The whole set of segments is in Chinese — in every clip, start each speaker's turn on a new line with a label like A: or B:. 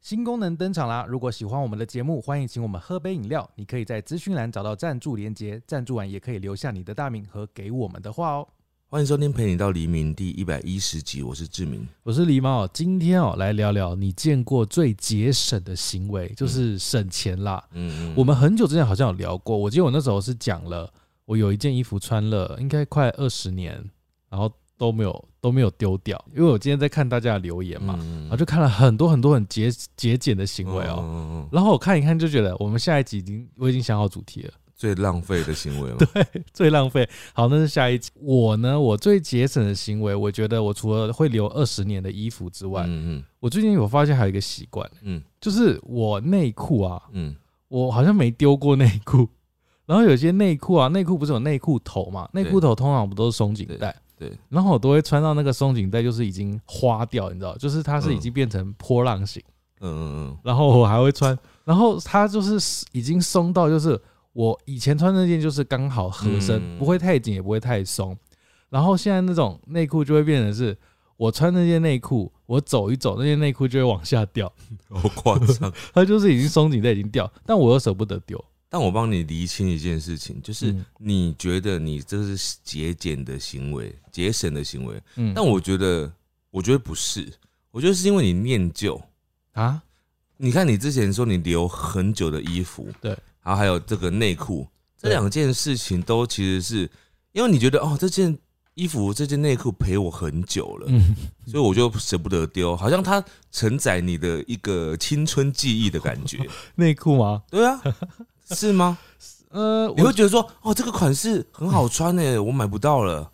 A: 新功能登场啦！如果喜欢我们的节目，欢迎请我们喝杯饮料。你可以在资讯栏找到赞助连结，赞助完也可以留下你的大名和给我们的话哦。
B: 欢迎收听《陪你到黎明》第一百一十集，我是志明。
A: 我是狸猫，今天哦来聊聊你见过最节省的行为，就是省钱啦。
B: 嗯，
A: 我们很久之前好像有聊过，我记得我那时候是讲了，我有一件衣服穿了应该快二十年，然后都没有都没有丢掉，因为我今天在看大家的留言嘛，
B: 嗯
A: 然后就看了很多很多很节节俭的行为哦。
B: 哦，
A: 然后我看一看就觉得，我们下一集已经我已经想好主题了，
B: 最浪费的行为嘛，哦
A: 最浪费。好，那是下一集。我呢，我最节省的行为，我觉得我除了会留二十年的衣服之外，
B: 嗯
A: 我最近有发现还有一个习惯，
B: 嗯
A: 就是我内裤啊，
B: 嗯
A: 我好像没丢过内裤。然后有些内裤啊，内裤不是有内裤头嘛？内裤头通常不都是松紧带？
B: 对对
A: 然后我都会穿到那个松紧带，就是已经花掉，你知道，就是它是已经变成波浪形。
B: 嗯嗯
A: 然后我还会穿，然后它就是已经松到，就是我以前穿那件就是刚好合身，
B: 嗯
A: 不会太紧也不会太松。然后现在那种内裤就会变成是，我穿那件内裤，我走一走，那件内裤就会往下掉，
B: 嗯，好夸 张。
A: 它就是已经松紧带已经掉，但我又舍不得丢。
B: 但我帮你厘清一件事情，就是
A: 嗯
B: 你觉得你这是节俭的行为、节省的行为，
A: 嗯，
B: 但我觉得，我觉得不是，我觉得是因为你念旧。
A: 啊，
B: 你看，你之前说你留很久的衣服，
A: 对，
B: 然后还有这个内裤，这
A: 对
B: 两件事情都其实是因为你觉得哦，这件衣服、这件内裤陪我很久了，
A: 嗯，
B: 所以我就舍不得丢，好像它承载你的一个青春记忆的感觉。
A: 内裤吗？
B: 对啊，是吗？
A: 呃，
B: 你会
A: 我
B: 觉得说哦，这个款式很好穿诶、我买不 到了。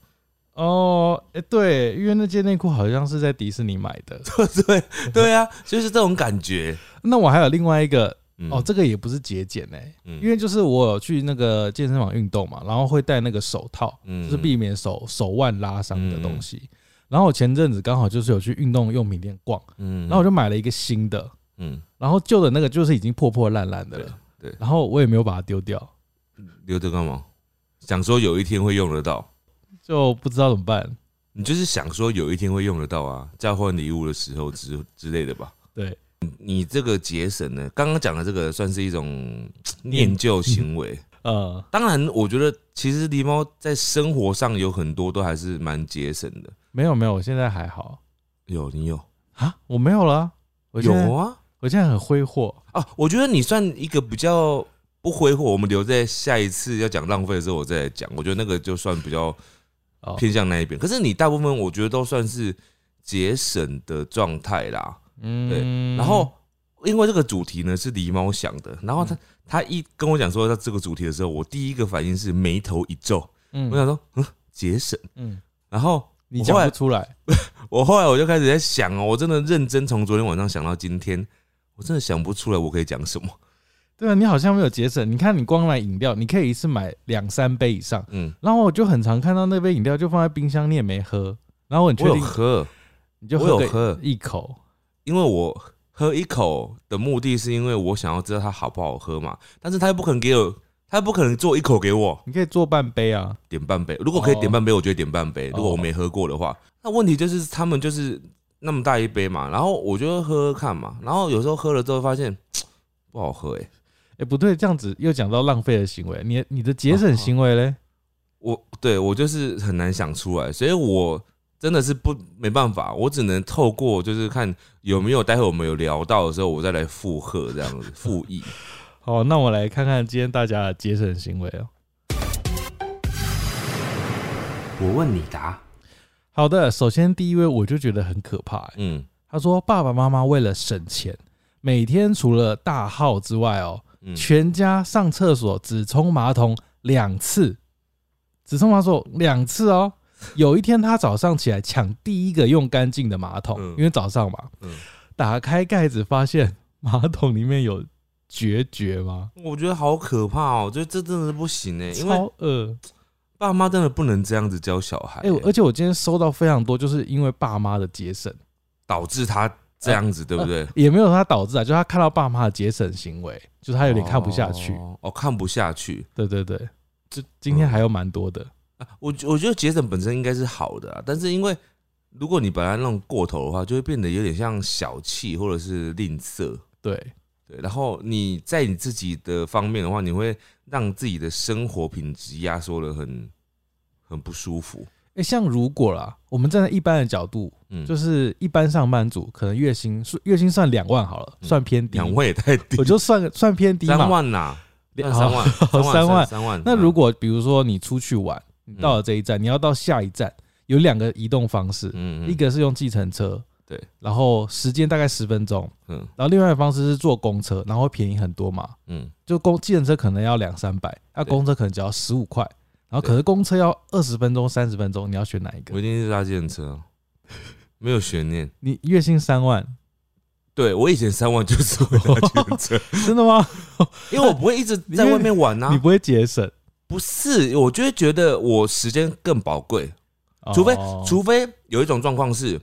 A: 哦，哎、对，因为那件内裤好像是在迪士尼买的。
B: 对对啊，就是这种感觉。
A: 那我还有另外一个，
B: 嗯
A: 哦，这个也不是节俭哎、
B: 嗯
A: 因为就是我有去那个健身房运动嘛，然后会戴那个手套，
B: 嗯
A: 就是避免手手腕拉伤的东西。然后我前阵子刚好就是有去运动用品店逛，
B: 嗯
A: 然后我就买了一个新的，
B: 嗯
A: 然后旧的那个就是已经破破烂烂的了，
B: 对对
A: 然后我也没有把它丢掉，
B: 留着干嘛？想说有一天会用得到。
A: 就不知道怎么办。
B: 你就是想说有一天会用得到啊，交换礼物的时候之之类的吧。
A: 对，
B: 你这个节省呢，刚刚讲的这个算是一种嘖念旧行为。
A: 呃，
B: 当然，我觉得其实狸猫在生活上有很多都还是蛮节省的。
A: 没有没有，我现在还好
B: 有你有
A: 啊，我没有了啊，我现在
B: 有啊
A: 我现在很挥霍，
B: 啊！我觉得你算一个比较不挥霍，我们留在下一次要讲浪费的时候我再来讲。我觉得那个就算比较
A: 哦
B: 偏向那一边。可是你大部分我觉得都算是节省的状态啦。
A: 嗯
B: 然后因为这个主题呢是狸猫想的，然
A: 嗯
B: 后他、他一跟我讲说他这个主题的时候，我第一个反应是眉头一皱，我
A: 嗯
B: 想说嗯节省，
A: 嗯，
B: 然后
A: 你
B: 我
A: 讲
B: 后
A: 不
B: 来
A: 出来，
B: 我后来我就开始在想哦，我真的认真从昨天晚上想到今天，我真的想不出来我可以讲什么，
A: 对啊，你好像没有节省，你看你光买饮料，你可以一次买两三杯以上。
B: 嗯，
A: 然后我就很常看到那杯饮料就放在冰箱，你也没喝，然后我很确
B: 我有
A: 定
B: 喝，
A: 你就
B: 我有
A: 个
B: 喝
A: 一口，
B: 因为我。喝一口的目的是因为我想要知道它好不好喝嘛，但是他又不肯给我，他又不可能做一口给我，
A: 你可以做半杯啊。
B: 点半杯。如果可以
A: 哦
B: 点半杯，我就会点半杯。
A: 哦
B: 如果我没喝过的话，那问题就是他们就是那么大一杯嘛，然后我就会喝喝看嘛，然后有时候喝了之后发现嗯不好喝、欸，
A: 哎，不对，这样子又讲到浪费的行为，你你的节
B: 哦
A: 省行为嘞？
B: 我对我就是很难想出来，所以我真的是不没办法，我只能透过就是看有没有待会我们有聊到的时候，我再来附和这样子附议。
A: 好，那我来看看今天大家的节省行为哦。
B: 我问你答，
A: 好的，首先第一位我就觉得很可怕、欸，
B: 嗯
A: 他说爸爸妈妈为了省钱，每天除了大号之外哦，
B: 嗯，
A: 全家上厕所只冲马桶两次，只冲马桶两次哦。有一天他早上起来抢第一个用干净的马桶，
B: 嗯
A: 因为早上嘛，
B: 嗯
A: 打开盖子发现马桶里面有决绝吗？
B: 我觉得好可怕哦、我觉得这真的是不行哎、因为
A: 超恶！
B: 爸妈真的不能这样子教小孩、
A: 哎、我
B: 欸
A: 而且我今天收到非常多，就是因为爸妈的节省，
B: 导致他这样
A: 呃
B: 子，对不对？
A: 也没有他导致啊，就他看到爸妈的节省行为，就是他有点看不下去。
B: 哦，哦看不下去。
A: 对对对，就今天还有蛮多的。
B: 啊我觉我觉得节省本身应该是好的、啊，但是因为如果你把它弄过头的话，就会变得有点像小气或者是吝啬。
A: 对，
B: 对，然后你在你自己的方面的话，你会让自己的生活品质压缩的很很不舒服。
A: 诶，哎像如果啦，我们站在一般的角度，
B: 嗯，
A: 就是一般上班族可能月薪月薪算两万好了，
B: 嗯
A: 算偏低，
B: 两万也太低，
A: 我就 算算偏低
B: 三
A: 嘛，
B: 万呐，
A: 两
B: 那三万，
A: 好
B: 三
A: 三万
B: 三万。
A: 那
B: 嗯
A: 如果比如说你出去玩，你到了这一站，你要到下一站，有两个移动方式，
B: 嗯
A: 一个是用计程车，
B: 对，
A: 然后时间大概十分钟，
B: 嗯
A: 然后另外的方式是坐公车，然后便宜很多嘛，
B: 嗯
A: 就公计程车可能要两三百，那
B: 对
A: 公车可能只要十五块，然后
B: 对
A: 可是公车要二十分钟、三十分钟，你要选哪一
B: 我
A: 个？
B: 一定是搭计程车，没有悬念。
A: 你月薪三万，
B: 对我以前三万就是会搭计 程车，
A: 真的吗？
B: 因为我不会一直在外面玩
A: 你
B: 啊。
A: 不会节省，
B: 不是，我就会觉得我时间更宝贵，除非
A: 哦
B: 除非有一种状况是，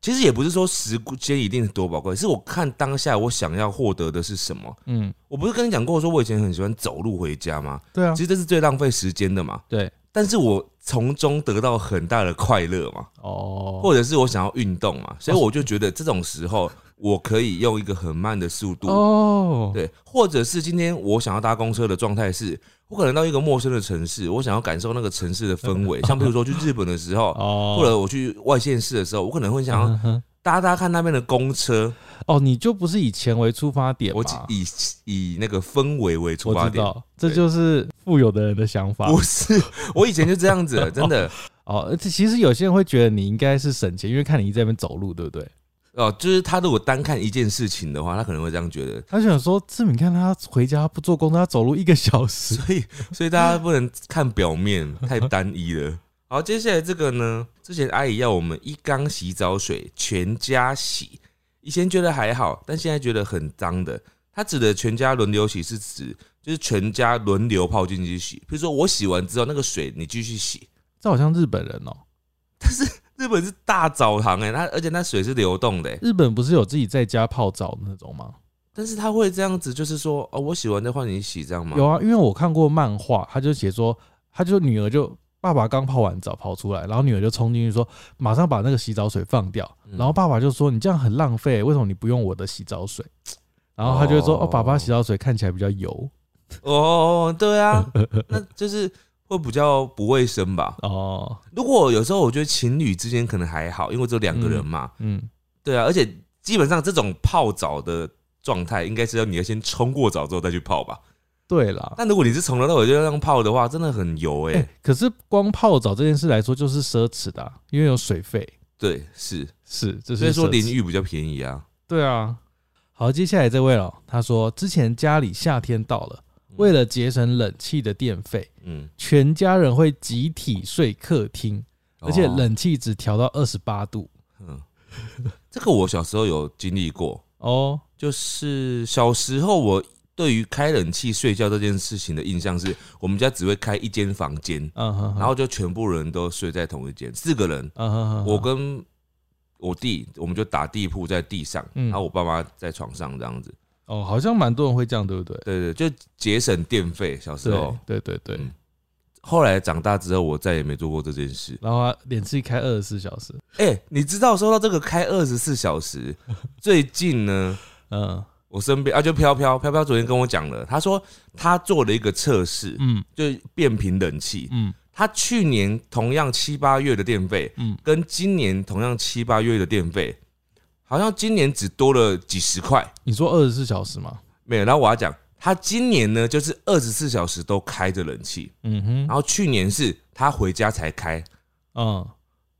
B: 其实也不是说时间一定多宝贵，是我看当下我想要获得的是什么。
A: 嗯，
B: 我不是跟你讲过，说我以前很喜欢走路回家吗？
A: 对啊
B: 其，实这是最浪费时间的嘛。
A: 对，
B: 但是我从中得到很大的快乐嘛，
A: 哦，
B: 或者是我想要运动嘛，所以我就觉得这种时候我可以用一个很慢的速度，
A: 哦，
B: 对，或者是今天我想要搭公车的状态是，我可能到一个陌生的城市，我想要感受那个城市的 氛围，像比如说去日本的时候，
A: 哦，
B: 或者我去外县市的时候，我可能会想要
A: 嗯哼
B: 搭搭看那边的公车，
A: 哦，你就不是以钱为出发点嘛，
B: 我以以那个氛围为出
A: 我
B: 发
A: 知
B: 点。
A: 道，这
B: 对
A: 就是富有的人的想法
B: 不是，我以前就这 样子，真的
A: 哦。而且其实有些人会觉得你应该是省钱，因为看你在那边走路，对不对？
B: 哦，就是他如果单看一件事情的话，他可能会这样觉得。
A: 他就想说，志敏，看他回家不做工，他走路一个小时，
B: 所以，所以大家不能看表面，太单一了。好，接下来这个呢，之前阿姨要我们一缸洗澡水全家洗，以前觉得还好，但现在觉得很脏的。她指的全家轮流洗是指就是全家轮流泡进去洗，比如说我洗完之后，那个水你继续洗。
A: 这好像日本人哦。
B: 日本是大澡堂哎、它而且那水是流动的、欸，
A: 日本不是有自己在家泡澡的那种吗？
B: 但是他会这样子，就是说哦，我洗完再换你洗，这样吗？
A: 有啊，因为我看过漫画，他就写说，他就女儿就爸爸刚泡完澡跑出来，然后女儿就冲进去说，马上把那个洗澡水放掉，
B: 嗯
A: 然后爸爸就说你这样很浪费，为什么你不用我的洗澡水？然后他就会说
B: 哦
A: 哦，爸爸洗澡水看起来比较油
B: 哦，对啊，那就是会比较不卫生吧。
A: 哦，
B: 如果有时候我觉得情侣之间可能还好，因为只有两个人嘛，
A: 嗯，
B: 对啊，而且基本上这种泡澡的状态，应该是要你要先冲过澡之后再去泡吧。
A: 对啦，
B: 但如果你是从头到尾就这样泡的话，真的很油哎、
A: 哎、可是光泡澡这件事来说就是奢侈的啊、因为有水费，
B: 对，是，
A: 是，这是
B: 所以说
A: 奢侈
B: 淋浴比较便宜啊。
A: 对啊。好，接下来这位哦，他说之前家里夏天到了，为了节省冷气的电费，
B: 嗯，
A: 全家人会集体睡客厅，而且
B: 哦，
A: 冷气只调到二十八度
B: 嗯，这个我小时候有经历过，
A: 哦。
B: 就是小时候我对于开冷气睡觉这件事情的印象是，我们家只会开一间房间，
A: 嗯哼哼，
B: 然后就全部人都睡在同一间，四个人，
A: 嗯哼哼，
B: 我跟我弟，我们就打地铺在地上，
A: 嗯
B: 然后我爸妈在床上这样子，
A: 哦，好像蛮多人会这样，对不对？
B: 对对，就节省电费。小时候，
A: 对对对对
B: 嗯。后来长大之后，我再也没做过这件事。
A: 然后他脸是开二十四小时，
B: 哎、你知道说到这个开二十四 小时，最近呢，
A: 嗯
B: 我身边啊，就飘飘飘飘昨天跟我讲了，他说他做了一个测试，
A: 嗯
B: 就是变频冷气。
A: 嗯
B: 他去年同样七八月的电费，
A: 嗯，
B: 跟今年同样七八月的电费，好像今年只多了几十块。
A: 你说二十四小时吗？
B: 没有，然后我要讲，他今年呢就是二十四小时都开着冷气，
A: 嗯
B: 然
A: 哼，
B: 后去年是他回家才开，
A: 嗯，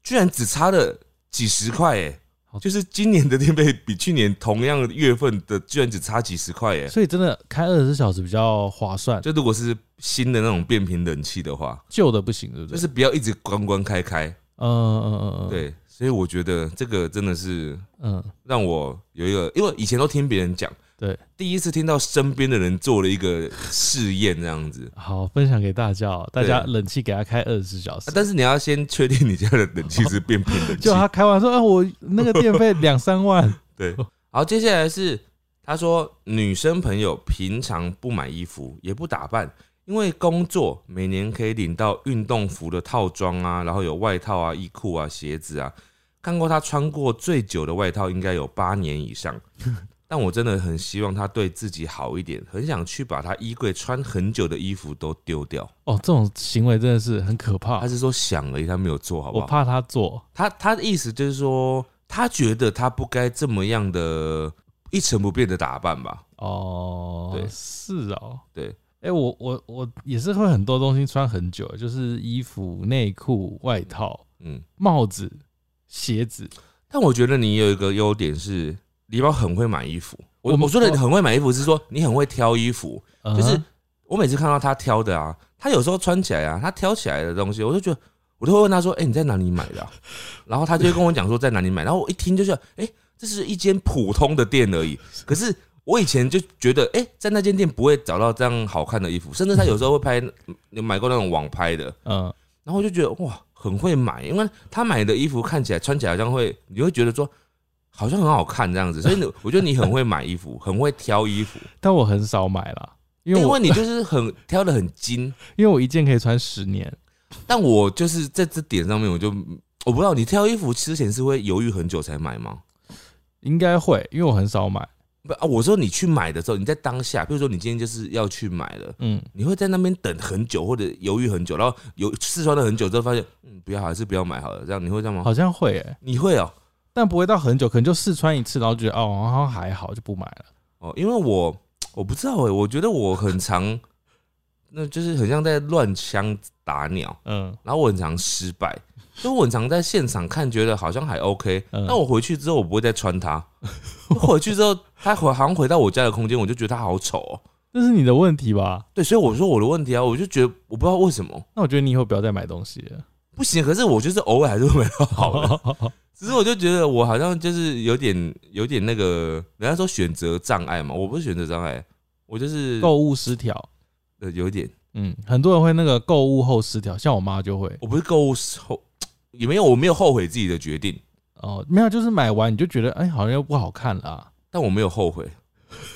B: 居然只差了几十块哎
A: 好。
B: 就是今年的电费比去年同样月份的，居然只差几十块耶！
A: 所以真的开二十四小时比较划算，
B: 就如果是新的那种变频冷气的话，
A: 旧的不行，对不
B: 就
A: 对？
B: 是不要一直关关开开。
A: 嗯嗯嗯嗯，，
B: 对，所以我觉得这个真的是
A: 嗯
B: 让我有一个，因为以前都听别人讲，
A: 对，
B: 第一次听到身边的人做了一个试验这样子。
A: 好，分享给大家哦，大
B: 对
A: 家冷气给他开二十四小时
B: 啊，但是你要先确定你家的冷气是变频冷 气
A: 就。他开完说，哎，我那个电费两三万，
B: 对，好，接下来是他说女生朋友平常不买衣服也不打扮，因为工作每年可以领到运动服的套装啊，然后有外套啊、衣裤啊、鞋子啊，看过他穿过最久的外套应该有八年以上，但我真的很希望他对自己好一点，很想去把他衣柜穿很久的衣服都丢掉。
A: 哦，这种行为真的是很可怕
B: 他。是说想而已，他没有做好不
A: 我
B: 好？
A: 怕他做，
B: 他他的意思就是说，他觉得他不该这么样的一成不变的打扮吧？
A: 哦，
B: 对
A: 是哦，
B: 对。
A: 哎、我我我也是会很多东西穿很久，就是衣服、内裤、外套、
B: 嗯，
A: 帽子、鞋子。
B: 但我觉得你有一个优点是，狸猫很会买衣服。我
A: 我们
B: 我说的
A: 我
B: 很会买衣服是说你很会挑衣服，
A: 就
B: 就是我每次看到他挑的啊，他有时候穿起来啊，他挑起来的东西，我就觉得，我都会问他说：“哎、你在哪里买的啊、 然后他就会跟我讲说在哪里买，然后我一听就是，哎、这是一间普通的店而已。可是我以前就觉得，哎、在那间店不会找到这样好看的衣服，甚至他有时候会拍，你买过那种网拍的，
A: 嗯，
B: 然后我就觉得哇，很会买，因为他买的衣服看起来穿起来好像会，你会觉得说好像很好看这样子，所以你我觉得你很会买衣服，很会挑衣服，
A: 但我很少买啦， 因为
B: 因
A: 我
B: 为你就是很挑的很精。
A: 因为我一件可以穿十年。
B: 但我就是在这点上面，我就我不知道你挑衣服之前是会犹豫很久才买吗？
A: 应该会，因为我很少买。
B: 不啊，我说你去买的时候，你在当下，比如说你今天就是要去买了，
A: 嗯，
B: 你会在那边等很久或者犹豫很久，然后有试穿了很久之后发现，嗯，不要还是不要买好了，这样你会这样吗？
A: 好像会诶、
B: 你会哦、
A: 但不会到很久，可能就试穿一次，然后觉得哦，好像还好，就不买了。
B: 哦，因为我我不知道哎、我觉得我很常，那就是很像在乱枪打鸟，
A: 嗯，
B: 然后我很常失败，所以我很常在现场看，觉得好像还 OK，
A: 嗯
B: 但我回去之后我不会再穿它。 我回去之后，它回好像回到我家的空间，我就觉得它好丑哦。
A: 这是你的问题吧？
B: 对，所以我说我的问题啊，我就觉得我不知道为什么
A: 那我觉得你以后不要再买东西了。
B: 不行，可是我就是偶尔还是会买到好 的。只是我就觉得我好像就是有点有点那个，人家说选择障碍嘛，我不是选择障碍，我就是
A: 购物失调，
B: 呃有一点。
A: 嗯，很多人会那个购物后失调，像我妈就会
B: 我不是购物后也没有，我没有后悔自己的决定，
A: 哦，没有，就是买完你就觉得哎、好像又不好看了、啊。
B: 但我没有后 悔。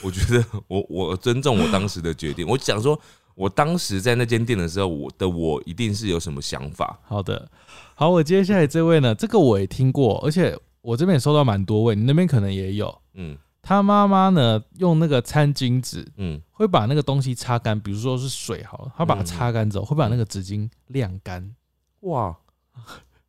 B: 我觉得我我尊重我当时的决定。我想说，我当时在那间店的时候，我的我一定是有什么想法。
A: 好的，好，我接下来这位呢，这个我也听过，而且我这边也收到蛮多位，你那边可能也有。
B: 嗯
A: 他妈妈呢，用那个餐巾纸
B: 嗯，
A: 会把那个东西擦干，比如说是水好了，他把它擦干之
B: 嗯
A: 后，会把那个纸巾晾干，
B: 哇，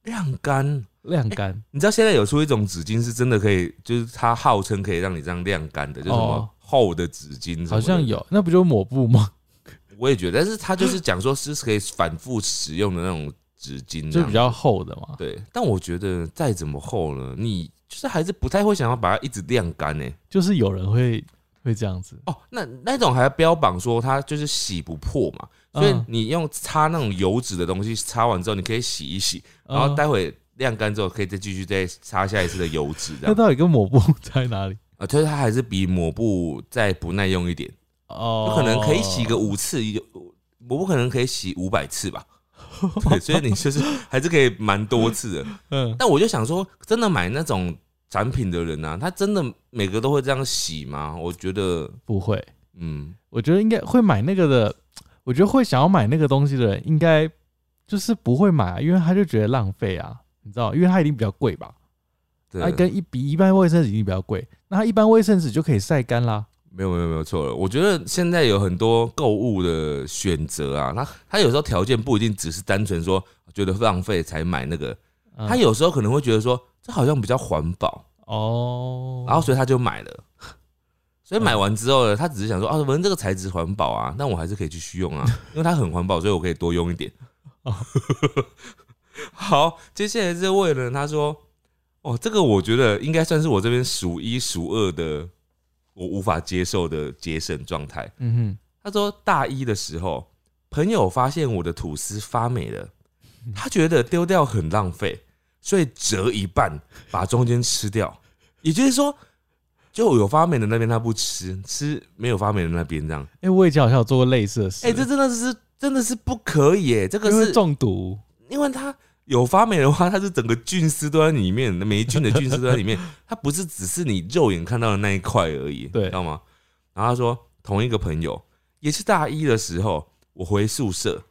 B: 晾干！
A: 晾干。
B: 你知道现在有出一种纸巾是真的可以，就是它号称可以让你这样晾干的，就是什
A: 哦
B: 么厚的纸巾什么的
A: 好像，
B: 嗯
A: 有，那不就是抹布吗？
B: 我也觉得，但是它就是讲说是可以反复使用的那种纸巾，
A: 就是比较厚的嘛。
B: 对，但我觉得再怎么厚呢，你就是还是不太会想要把它一直晾干欸呢、
A: 就是有人会会这样子，
B: 哦，那那种还标榜说它就是洗不破嘛，所以
A: 嗯
B: 你用擦那种油脂的东西擦完之后，你可以洗一洗，然后
A: 嗯
B: 待会晾干之后可以再继续再擦下一次的油脂，这
A: 那
B: 样
A: 到底跟抹布 在哪里？
B: 啊，就是它还是比抹布再不耐用一点，有
A: 哦，
B: 可能可以洗个五次，有我不可能可以洗五百次 吧。对，所以你就是还是可以蛮多次 的，
A: 嗯，
B: 但我就想说，真的买那种展品的人啊，他真的每个都会这样洗吗？我觉得，
A: 不会。
B: 嗯，
A: 我觉得应该会买那个的，我觉得会想要买那个东西的人，应该就是不会买、啊，因为他就觉得浪费啊，你知道，因为它一定比较贵吧，
B: 对，
A: 它哎跟一比一般卫生纸一定比较贵，那它一般卫生纸就可以晒干啦。
B: 没有没有没有错了。我觉得现在有很多购物的选择啊，他他有时候条件不一定只是单纯说觉得浪费才买那个，
A: 嗯
B: 他有时候可能会觉得说这好像比较环保，
A: 哦，嗯
B: 然后所以他就买了。 所以买完之后呢，他只是想说啊，反正这个材质环保啊，但我还是可以继续用 啊，因为它很环保，所以我可以多用一点
A: 哦。
B: 好，接下来这位呢，他说，哦，这个我觉得应该算是我这边数一数二的，我无法接受的节省状态。
A: 嗯
B: 他说大一的时候，朋友发现我的吐司发霉了，他觉得丢掉很浪费，所以折一半把中间吃掉。也就是说，就有发霉的那边他不吃，吃没有发霉的那边这样。
A: 哼，哎、我以前好像有做过类似的事，
B: 哎、这真的是真的是不可以耶、这个
A: 因为
B: 是
A: 中毒，
B: 因为它有发霉的话，它是整个菌丝都在里面，霉菌的菌丝都在里面， 它不是只是你肉眼看到的那一块而已，
A: 对
B: 知道吗？然后他说，同一个朋友也是大一的时候，我回宿舍，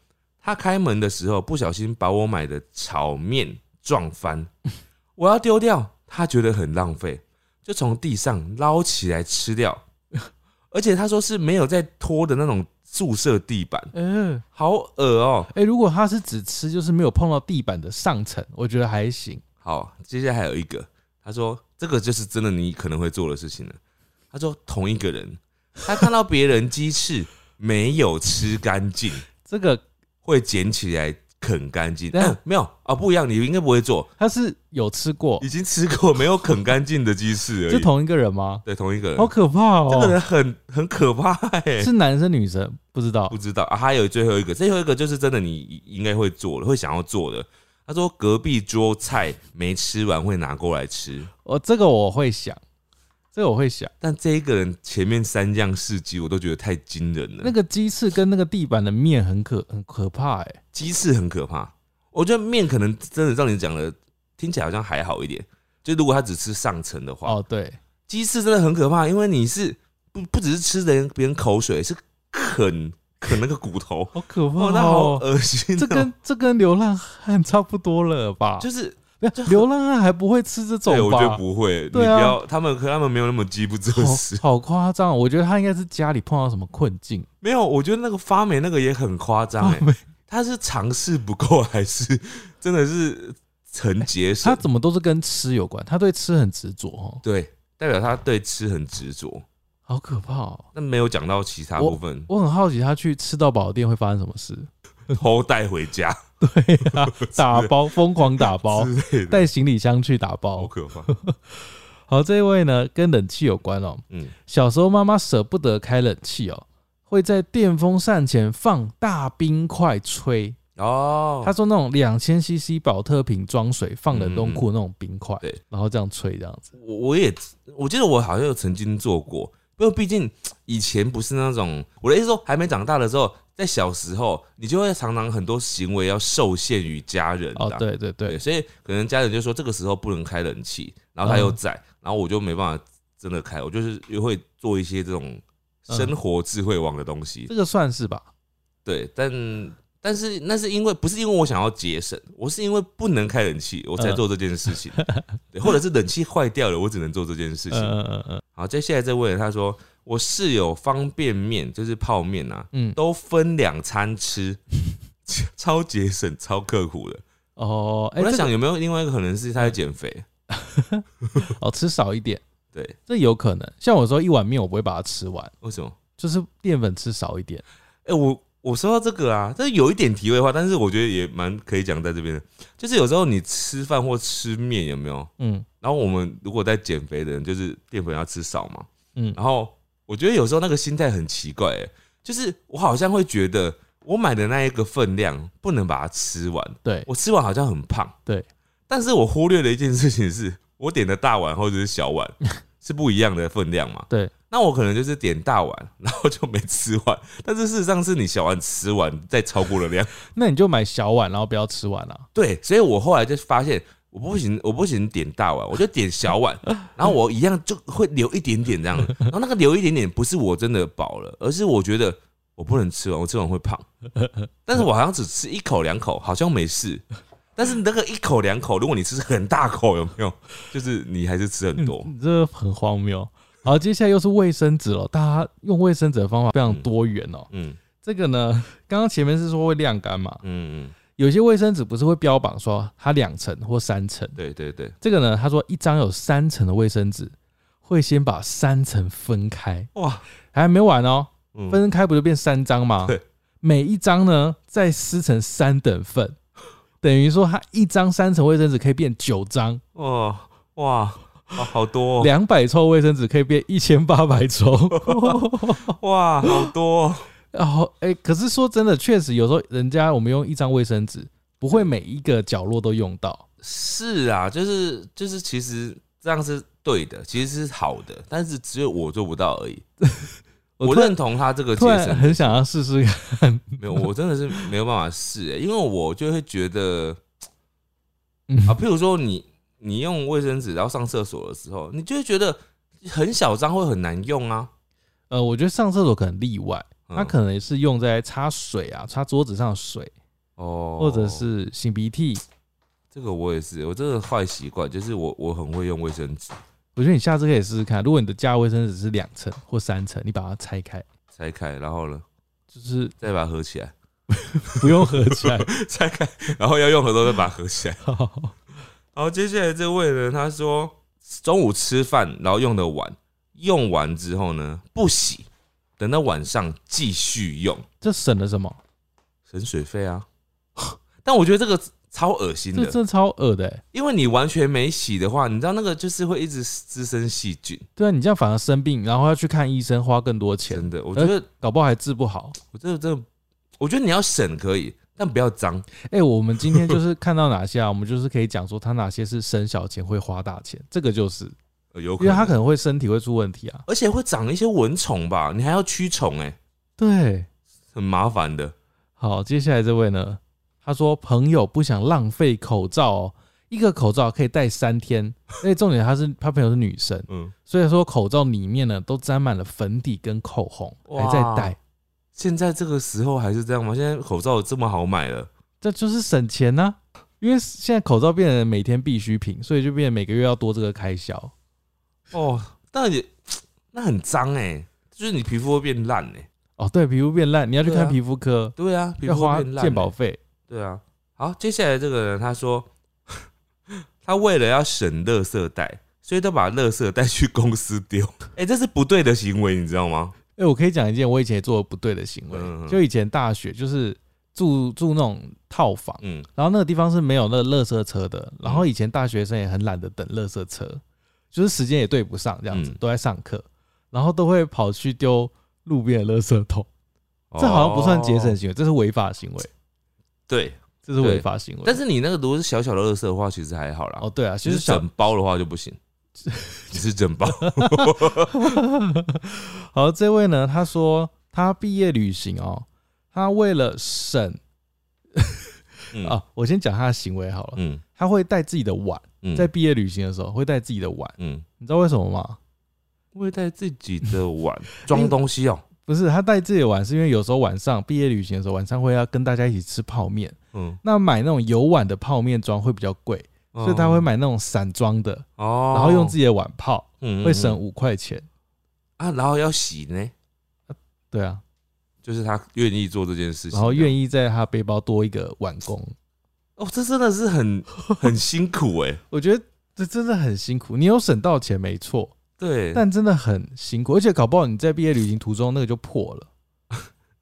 B: 他开门的时候不小心把我买的炒面撞翻， 我要丢掉，他觉得很浪费，就从地上捞起来吃掉。 而且他说是没有在拖的那种宿舍地板，
A: 嗯、哎，
B: 好恶哦、
A: 如果他是只吃，就是没有碰到地板的上层，我觉得还行。
B: 好，接下来还有一个，他说这个就是真的你可能会做的事情了。他说同一个人， 他看到别人鸡翅没有吃干净，
A: 这个
B: 会捡起来啃干净。
A: 对啊
B: 嗯没有啊，不一样，你应该不会做，
A: 他是有吃过
B: 已，经吃过没有啃干净的鸡翅而
A: 是
B: 已。
A: 同一个人吗？
B: 对，同一个人，
A: 好可怕哦！
B: 这个人很很可怕 哎、
A: 是男生女生不知道
B: 不知道啊，还有最后一个，最后一个就是真的你应该会做的，会想要做的。他说隔壁桌菜没吃完会拿过来吃，
A: 我哦这个我会想，这个我会想，
B: 但这一个人前面三样事迹我都觉得太惊人了。
A: 那个鸡翅跟那个地板的面很可很可怕哎、
B: 鸡翅很可怕。我觉得面可能真的照你讲的，听起来好像还好一点。就如果他只吃上层的话，
A: 哦，对，，
B: 鸡、翅真的很可怕，因为你是不不只是吃人别人口水，是啃啃那个骨头
A: 好可怕
B: 哦，那好恶心、哦。
A: 这跟这跟流浪汉 差不多了吧？
B: 就是
A: 是流浪汉还不会吃这种
B: 对，我
A: 吧？
B: 觉得不会，你不
A: 对啊哦
B: 要他们，可他们没有那么饥不择食。
A: 好好夸张，我觉得他应该是家里碰到什么困 境，
B: 没有，我觉得那个发霉那个也很夸张
A: 哦
B: 哎，他是尝试不够还是真的是很节 省
A: 哎他？怎么都是跟吃有关，他对吃很执着哦，
B: 对，代表他对吃很执着。
A: 好可怕哦！
B: 那没有讲到其他部分，
A: 我很好奇他去吃到饱的店会发生什么事。
B: 偷带回家
A: 对 呀、打包疯狂打 包，
B: 之类的，
A: 带行李箱去打
B: 好
A: 包。
B: 可怕。
A: 好，这一位呢跟冷气有关哦。
B: 嗯，
A: 小时候妈妈舍不得开冷气哦，会在电风扇前放大冰块吹。
B: 哦，
A: 他说那种两千 CC 保特瓶装水放冷冻库那种冰块，
B: 对
A: 然后这样吹这样子。
B: 我我也我记得我好像有曾经做过，因为毕竟以前不是那种我的意思说还没长大的时候，在小时候你就会常常很多行为要受限于家人的啊、
A: 哦，对对对，
B: 所以可能家人就说这个时候不能开冷气，然后他又
A: 嗯
B: 在，然后我就没办法真的开，我就是又会做一些这种生活智慧网的东西。
A: 这个算是吧。
B: 对，但但是那是因为不是因为我想要节省，我是因为不能开冷气，我才
A: 嗯
B: 做这件事情。对，或者是冷气坏掉了，我只能做这件事
A: 嗯
B: 情。
A: 嗯嗯嗯
B: 好，接下来这位他说，我室友方便面就是泡面啊，
A: 嗯，
B: 都分两餐吃， 超节省、超刻苦的。
A: 哦，哎、
B: 我
A: 这
B: 在
A: 个
B: 想有没有另外一个可能是他在减肥？
A: 哦吃少一点，
B: 对，
A: 这有可能。像我说一碗面，我不会把它吃完，
B: 为什么？
A: 就是淀粉吃少一点。
B: 哎、我我说到这个啊，这有一点题外话，但是我觉得也蛮可以讲在这边的，就是有时候你吃饭或吃面有没有？
A: 嗯
B: 然后我们如果在减肥的人，就是淀粉要吃少嘛。
A: 嗯，
B: 然后我觉得有时候那个心态很奇怪、欸，就是我好像会觉得我买的那一个分量不能把它吃完，
A: 对
B: 我吃完好像很胖。
A: 对，
B: 但是我忽略了一件事情是，我点的大碗或者是小碗 是不一样的分量嘛。
A: 对，
B: 那我可能就是点大碗，然后就没吃完，但是事实上是你小碗吃完再超过了量。
A: 那你就买小碗，然后不要吃完啊。
B: 对，所以我后来就发现，我不行，我不行点大碗，我就点小碗，然后我一样就会留一点点这样，然后那个留一点点不是我真的饱了，而是我觉得我不能吃完，我吃完会胖，但是我好像只吃一口两口，好像没事。但是那个一口两口，如果你吃很大口，有没有？就是你还是吃很多。
A: 你这很荒谬。好，接下来又是卫生纸了。大家用卫生纸的方法非常多元哦、
B: 嗯
A: 这个呢，刚刚前面是说会晾干嘛？
B: 嗯嗯，
A: 有些卫生纸不是会标榜说它两层或三层。
B: 对对对。
A: 这个呢，他说一张有三层的卫生纸，会先把三层分开，
B: 哇，
A: 还没完哦、
B: 嗯
A: 分开不就变三张吗？
B: 对，
A: 每一张呢再撕成三等份，等于说它一张三层卫生纸可以变九张，
B: 哦哇，好好多、哦、
A: 两百抽卫生纸可以变一千八百抽。
B: 哇，好多、哦。
A: 然后，哎，可是说真的，确实有时候人家我们用一张卫生纸，不会每一个角落都用到。
B: 是啊，就是就是，其实这样是对的，其实是好的，但是只有我做不到 而已。我
A: 突然
B: 认同他这个节
A: 突然
B: 省，
A: 很想要试试看，
B: 没有，我真的是没有办法试、欸，因为我就会觉得
A: 嗯
B: 啊，譬如说你你用卫生纸然后上厕所的时候，你就会觉得很小张会很难用啊。
A: 呃，我觉得上厕所可能例外，
B: 嗯
A: 它可能是用在擦水啊，擦桌子上的水，
B: 哦，
A: 或者是擤鼻涕，
B: 这个我也是，我这个坏习惯就是我我很会用卫生纸
A: 我觉得你下次可以试试看，如果你的家卫生纸是两层或三层，你把它拆开，
B: 拆开，然后呢
A: 就是
B: 再把它合起来，
A: 不用合起 来。
B: 拆开，然后要用的时候再把它合起来。
A: 好
B: 好，接下来这位呢，他说中午吃饭，然后用的碗，用完之后呢不洗，等到晚上继续用，
A: 这省了什么？
B: 省水费啊。 但我觉得这个超恶心
A: 这
B: 的，
A: 真的超恶的、欸。
B: 因为你完全没洗的话，你知道那个就是会一直滋生细菌，
A: 对啊，你这样反而生病，然后要去看医生，花更多钱，
B: 真的。我觉得
A: 搞不好还治不好。
B: 我这个真的，我觉得你要省可以，但不要脏。
A: 哎、我们今天就是看到哪些啊，我 们就是可以讲说他哪些是省小钱会花大钱，这个就是，
B: 呃有可
A: 因为
B: 能，
A: 他可能会身体会出问题啊。
B: 而且会长一些蚊虫吧，你还要驱虫，哎，
A: 对，
B: 很麻烦的。
A: 好，接下来这位呢，他说朋友不想浪费口罩哦，一个口罩可以戴三天，而且重点他是他朋友是女生，
B: 嗯，
A: 所以说口罩里面呢都沾满了粉底跟口红，
B: 哇
A: 还在戴，
B: 现在这个时候还是这样吗？现在口罩这么好买了，
A: 这就是省钱呐、因为现在口罩变成每天必需品，所以就变成每个月要多这个开销。
B: 哦，但也那很脏哎、就是你皮肤会变烂哎、
A: 哦，对，皮肤变烂，你要去
B: 对啊
A: 看皮肤科，
B: 对啊，皮
A: 要
B: 肤会
A: 花
B: 变烂、欸。
A: 鉴保费。
B: 对啊。好，接下来这个人他说， 他为了要省垃圾袋，所以都把垃圾带去公司丢。哎、这是不对的行为，你知道吗？
A: 哎、我可以讲一件我以前也做的不对的行为，
B: 嗯嗯嗯
A: 就以前大学就是住住那种套房。
B: 嗯，
A: 然后那个地方是没有那个垃圾车的，然后以前大学生也很懒得等垃圾车，就是时间也对不上，这样子、
B: 嗯
A: 都在上课，然后都会跑去丢路边的垃圾桶，这好像不算节省
B: 哦。
A: 行为，这是违法行为，
B: 对，
A: 这是违法行为。
B: 但是你那个如果是小小的垃圾的话，其实还好啦。
A: 哦，对啊，其
B: 就是
A: 实小
B: 整包的话就不行，只是 整包。
A: 好这位呢，他说他毕业旅行哦，他为了省
B: 嗯
A: 啊，我先讲他的行为好了，
B: 嗯
A: 他会带自己的碗，
B: 嗯，
A: 在毕业旅行的时候会带自己的碗，
B: 嗯，
A: 你知道为什么吗？
B: 会带自己 的碗装东西哦。
A: 不是他带自己的碗，是因为有时候晚上毕业旅行的时候，晚上会要跟大家一起吃泡面。
B: 嗯，
A: 那买那种有碗的泡面装会比较贵，所以他会买那种散装的，
B: 哦，嗯
A: 然后用自己的碗泡，
B: 己
A: 会省五块钱。
B: 啊，然后要洗呢，
A: 对啊，
B: 就是他愿意做这件事情，
A: 然后愿
B: 意
A: 意在他背包多一个碗工，
B: 哦，这真的是很 很辛苦哎、
A: 我觉得这真的很辛苦。你有省到钱没错，
B: 对，
A: 但真的很辛苦，而且搞不好你在毕业旅行途中那个就破了。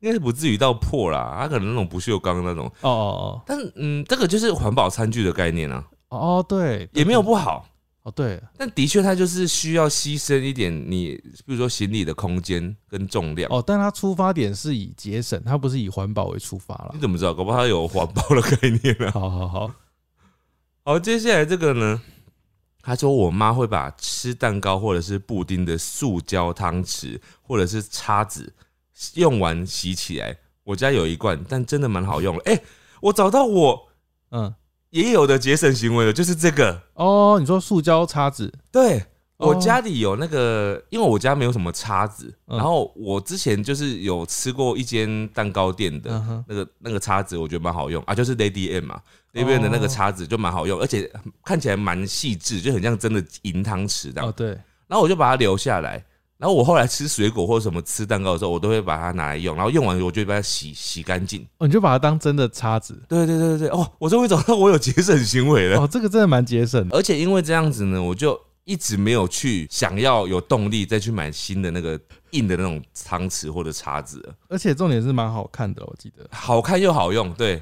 B: 应该是不至于到破啦，他可能那种不锈钢那种，
A: 哦哦
B: 但嗯，这个就是环保餐具的概念啊，
A: 哦哦，对，
B: 也没有不好，
A: 哦对，
B: 但的确它就是需要牺牲一点你，比如说行李的空间跟重量。
A: 哦，但他出发点是以节省，他不是以环保为出发了
B: 你。怎么知道？搞不好它有环保的概念啊。
A: 好好好，
B: 好，接下来这个呢，他说我妈会把吃蛋糕或者是布丁的塑胶汤匙或者是叉子用完洗起来。我家有一罐，但真的蛮好用的。哎、我找到我
A: 嗯，
B: 也有的节省行为了，就是这个。
A: 哦，你说塑胶叉子，
B: 对
A: 哦
B: 我家里有那个，因为我家没有什么叉子，
A: 嗯
B: 然后我之前就是有吃过一间蛋糕店的
A: 嗯哼
B: 那个那个叉子，我觉得蛮好用啊，就是 Lady M 嘛，Lady M 的
A: 哦
B: 那个叉子就蛮好用，而且看起来蛮细致，就很像真的银汤匙这
A: 哦
B: 样。
A: 对，
B: 然后我就把它留下来。然后我后来吃水果或者什么吃蛋糕的时候，我都会把它拿来用，然后用完我就把它洗洗干净。
A: 哦你就把它当真的叉子，
B: 对对对对对，哦，我终于找到我有节省行为了。
A: 哦，这个真的蛮节省的，
B: 而且因为这样子呢，我就一直没有去想要有动力再去买新的那个硬的那种汤匙或者叉子了，
A: 而且重点是蛮好看的，我记得。
B: 好看又好用。对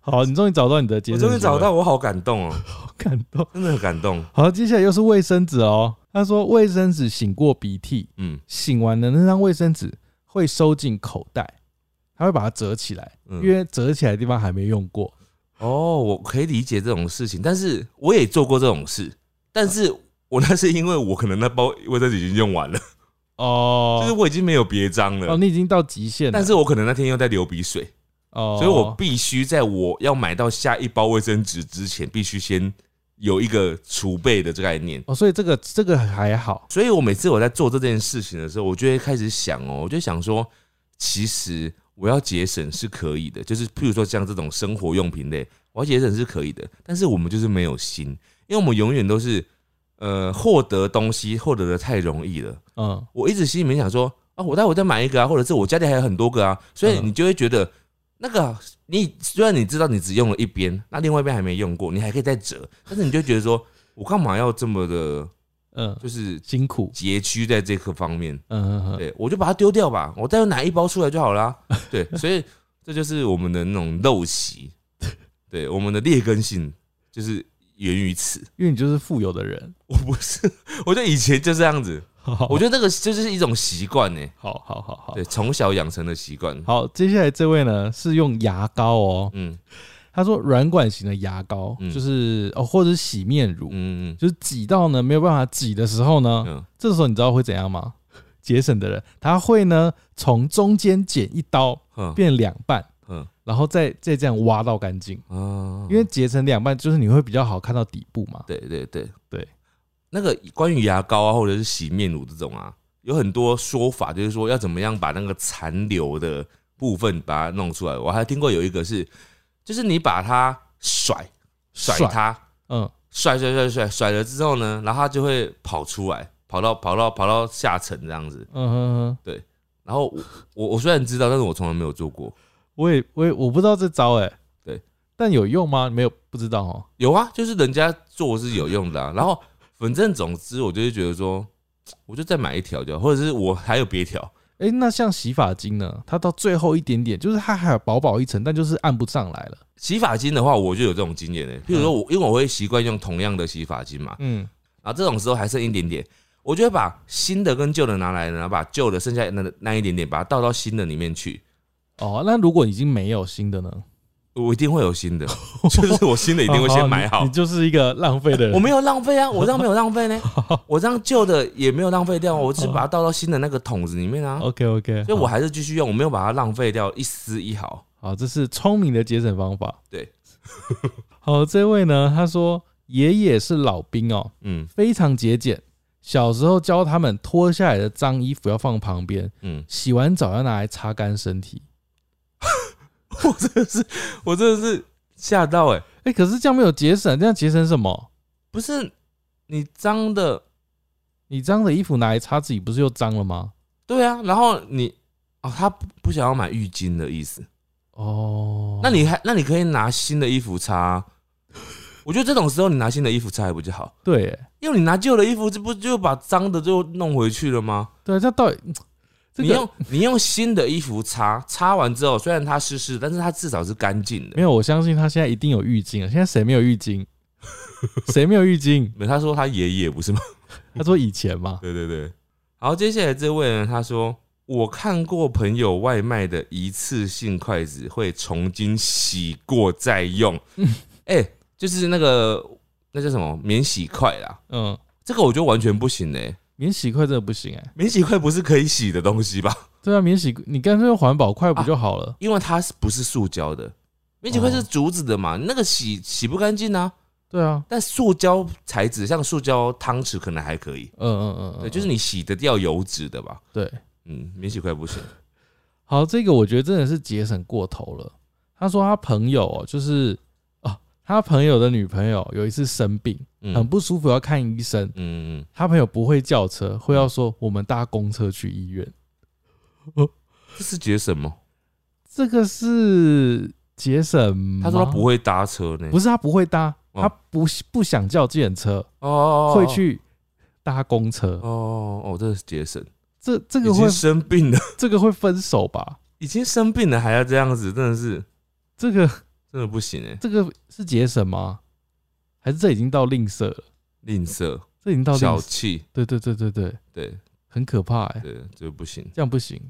A: 好，你终于找到你的节
B: 我
A: 省行
B: 终
A: 为，
B: 于找到，我好感动哦、
A: 好感动。
B: 真的很感动。
A: 好，接下来又是卫生纸哦。他说卫生纸擤过鼻涕，
B: 嗯
A: 擤完的那张卫生纸会收进口袋，他会把它折起来，
B: 嗯，
A: 因为折起来的地方还没用过。
B: 哦，我可以理解这种事情，但是我也做过这种事，但是
A: 嗯
B: 我那是因为我可能那包卫生纸已经用完了，就是
A: 哦，
B: 我已经没有别张
A: 哦，
B: 了。
A: 你已经到极限了，
B: 但是我可能那天又在流鼻水，
A: 哦，
B: 所以我必须在我要买到下一包卫生纸之前，必须先有一个储备的这个概念。
A: 哦，所以这个这个还好，
B: 所以我每次我在做这件事情的时候，我就会开始想哦，我就想说，其实我要节省是可以的，就是譬如说像这种生活用品类，我要节省是可以的，但是我们就是没有心，因为我们永远都是呃获得东西获得的太容易了。
A: 嗯，
B: 我一直心里面想说啊，我待会再买一个啊，或者是我家里还有很多个啊，所以
A: 嗯
B: 你就会觉得那个你虽然你知道你只用了一边，那另外一边还没用过，你还可以再折，但是你就觉得说我干嘛要这么的，
A: 嗯，
B: 就是
A: 辛苦，
B: 拮据在这个方面？
A: 嗯嗯嗯，
B: 对，我就把它丢掉吧，我再拿一包出来就好啦。 对，所以这就是我们的那种陋习，对，我们的劣根性就是源于此。
A: 因为你就是富有的人，
B: 我不是， 我就以前就这样子，
A: 好，
B: 我觉得这个就是一种习惯呢，
A: 好好好好
B: 对，从小养成的习惯。
A: 好，接下来这位呢是用牙膏哦，
B: 嗯
A: 他说软管型的牙膏，
B: 嗯
A: 就是哦或者是洗面乳，
B: 嗯
A: 就是挤到呢没有办法挤的时候呢
B: 嗯，嗯，
A: 这时候你知道会怎样吗？节省的人他会呢从中间剪一刀
B: 嗯
A: 变两半，
B: 嗯
A: 然后再再这样挖到干净，
B: 啊
A: 因为截成两半就是你会比较好看到底部嘛。
B: 对对对
A: 对，
B: 那个关于牙膏啊，或者是洗面乳这种啊，有很多说法，就是说要怎么样把那个残留的部分把它弄出来。我还听过有一个是，就是你把它甩甩
A: 甩
B: 它，
A: 嗯，
B: 甩甩甩甩甩了之后呢，然后它就会跑出来，跑到跑到跑到下层这样子。
A: 嗯哼哼，
B: 然后我我我虽然知道，但是我从来没有做过。
A: 我也我也我不知道这招哎、
B: 对，
A: 但有用吗？没有，不知道哦。
B: 有啊，就是人家做是有用的啊。然后反正总之，我就会觉得说，我就再买一条就好，或者是我还有别条。
A: 哎、那像洗发精呢？它到最后一点点，就是它还有薄薄一层，但就是按不上来了。
B: 洗发精的话，我就有这种经验呢、欸譬如说我，因为我会习惯用同样的洗发精嘛，
A: 嗯，
B: 然后这种时候还剩一点点，我就会把新的跟旧的拿来，然后把旧的剩下那那一点点，把它倒到新的里面去。
A: 哦，那如果已经没有新的呢？
B: 我一定会有新 的，就是我新的一定会先买
A: 哦
B: 好
A: 你。你就是一个浪费的人。
B: 我没有浪费啊，我这样没有浪 费呢，我这样旧的也没有浪费掉，我只是把它倒到新的那个桶子里面啊。
A: OK OK，
B: 所以我还是继续用，我没有把它浪费掉一丝一毫。
A: 好，这是聪明的节省方法。
B: 对，
A: 好，这位呢，他说爷爷是老兵哦，
B: 嗯
A: 非常节俭。小时候教他们脱下来的脏衣服要放旁边，
B: 嗯，
A: 洗完澡要拿来擦干身体。
B: 我真的是，我真的是吓到哎、
A: 哎、可是这样没有节省，这样节省什么？
B: 不是你脏的，
A: 你脏的衣服拿来擦自己，不是又脏了吗？
B: 对啊，然后你哦，他不不想要买浴巾的意思，
A: 哦，
B: 那你还那你可以拿新的衣服擦啊、我觉得这种时候你拿新的衣服擦还不就好？
A: 对耶
B: 因为你拿旧的衣服，这不就把脏的就弄回去了吗？
A: 对，这到底这
B: 你
A: 个
B: 用你用新的衣服擦，擦完之后虽然它湿湿，但是它至少是干净的
A: 没。有？我相信他现在一定有浴巾了。啊现在谁没有浴 巾？谁没有浴巾？
B: 没，他说他爷爷不是吗？
A: 他说以前嘛，
B: 对对对。好，接下来这位呢，他说我看过朋友外卖的一次性筷子会重新洗过再 用，哎、就是那个那叫什么免洗筷啦，
A: 嗯，
B: 这个我觉得完全不行嘞、
A: 免洗筷真的不行哎、
B: 免洗筷不是可以洗的东西吧？
A: 对啊，免洗你干脆用环保筷不就好了？
B: 因为它是不是塑胶的？免洗筷是竹子的嘛，那个洗洗不干净啊。
A: 对啊，
B: 但塑胶材质，像塑胶汤匙可能还可以，
A: 嗯嗯嗯嗯，
B: 对，就是你洗得掉油脂的吧？
A: 对。
B: 嗯，免洗筷不行。
A: 好，这个我觉得真的是节省过头了。他说他朋友哦，就是哦，他朋友的女朋友有一次生病，
B: 嗯
A: 很不舒服要看医生，
B: 嗯嗯，
A: 他朋友不会叫车，会要说我们搭公车去医院。
B: 这是节省吗？
A: 这个是节省吗？
B: 他说他不会搭车呢，
A: 嗯不是他不会搭，
B: 哦
A: 他不不想叫计程车，
B: 哦哦，哦
A: 会去搭公车。
B: 哦哦哦，这是节省，
A: 这这
B: 已
A: 个会
B: 经生病了，
A: 这个会分手吧？
B: 已经生病了还要这样子，真的是
A: 这个
B: 真的不行哎，
A: 这个是节省吗？还是这已经到吝啬了？
B: 吝啬、
A: 这已经到吝
B: 小
A: 啬。
B: 气，
A: 对对对对对，
B: 对
A: 很可怕哎、
B: 对，这不行。
A: 这样不行。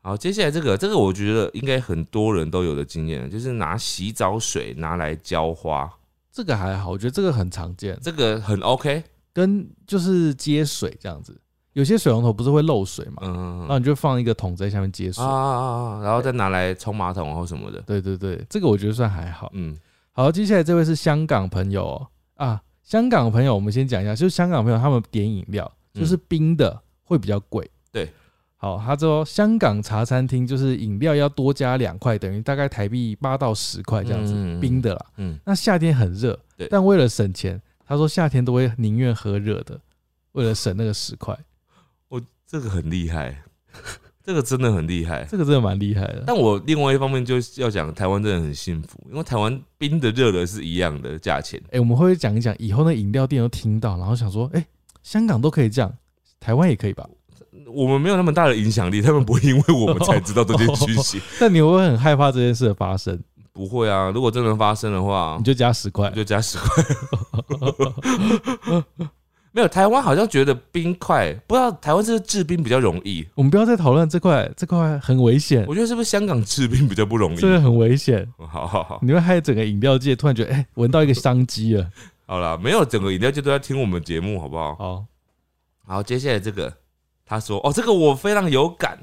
B: 好，接下来这个，这个我觉得应该很多人都有的经验，就是拿洗澡水拿来浇花，
A: 这个还好，我觉得这个很常见，
B: 这个很 OK，
A: 跟就是接水这样子，有些水龙头不是会漏水嘛，
B: 嗯，
A: 那你就放一个桶在下面接
B: 啊
A: 水。
B: 啊啊啊，然后再拿来冲马桶或什么的，
A: 对对对，这个我觉得算还好。
B: 嗯
A: 好，接下来这位是香港朋友、哦、啊，香港朋友，我们先讲一下，就是香港朋友他们点饮料
B: 嗯
A: 就是冰的会比较贵，
B: 对。
A: 好，他说香港茶餐厅就是饮料要多加两块，等于大概台币八到十块这样子，
B: 嗯
A: 冰的啦。
B: 嗯，
A: 那夏天很热
B: 对，
A: 但为了省钱，他说夏天都会宁愿喝热的，为了省那个十块，
B: 这个很厉害， 这个真的很厉害。
A: 这个真的蛮厉害的。
B: 但我另外一方面就是要讲，台湾真的很幸福，因为台湾冰的、热的是一样的价钱。
A: 哎、我们会不会讲一讲，以后那饮料店都听到，然后想说，哎、香港都可以这样，台湾也可以吧？
B: 我们没有那么大的影响力，他们不会因为我们才知道这件事情。
A: 但你会不会很害怕这件事的发生？
B: 不会啊，如果真的发生的话
A: 你，就加十块
B: 你，就加十块。 没有，台湾好像觉得冰块，不知道台湾是不是制冰比较容易，
A: 我们不要再讨论这块，这块很危险，
B: 我觉得是不是香港制冰比较不容易
A: 这？个很危险，
B: 好好好，
A: 你会害整个饮料界突然觉得，哎、闻到一个商机了。
B: 好啦，没有整个饮料界都在听我们节目，好不好？
A: 好，
B: 好，接下来这个，他说哦，这个我非常有感。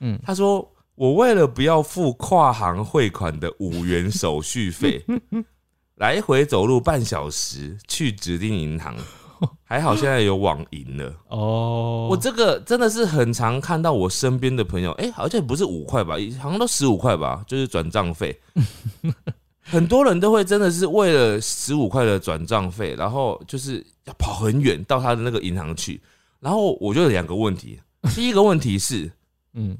A: 嗯，
B: 他说我为了不要付跨行汇款的五元手续费，来回走路半小时去指定银行，还好现在有网银了。
A: 哦，
B: 我这个真的是很常看到我身边的朋友，哎、好像不是五块吧，好像都十五块吧，就是转账费。很多人都会真的是为了十五块的转账费，然后就是要跑很远到他的那个银行去。然后我就有两个问题，第一个问题是，
A: 嗯，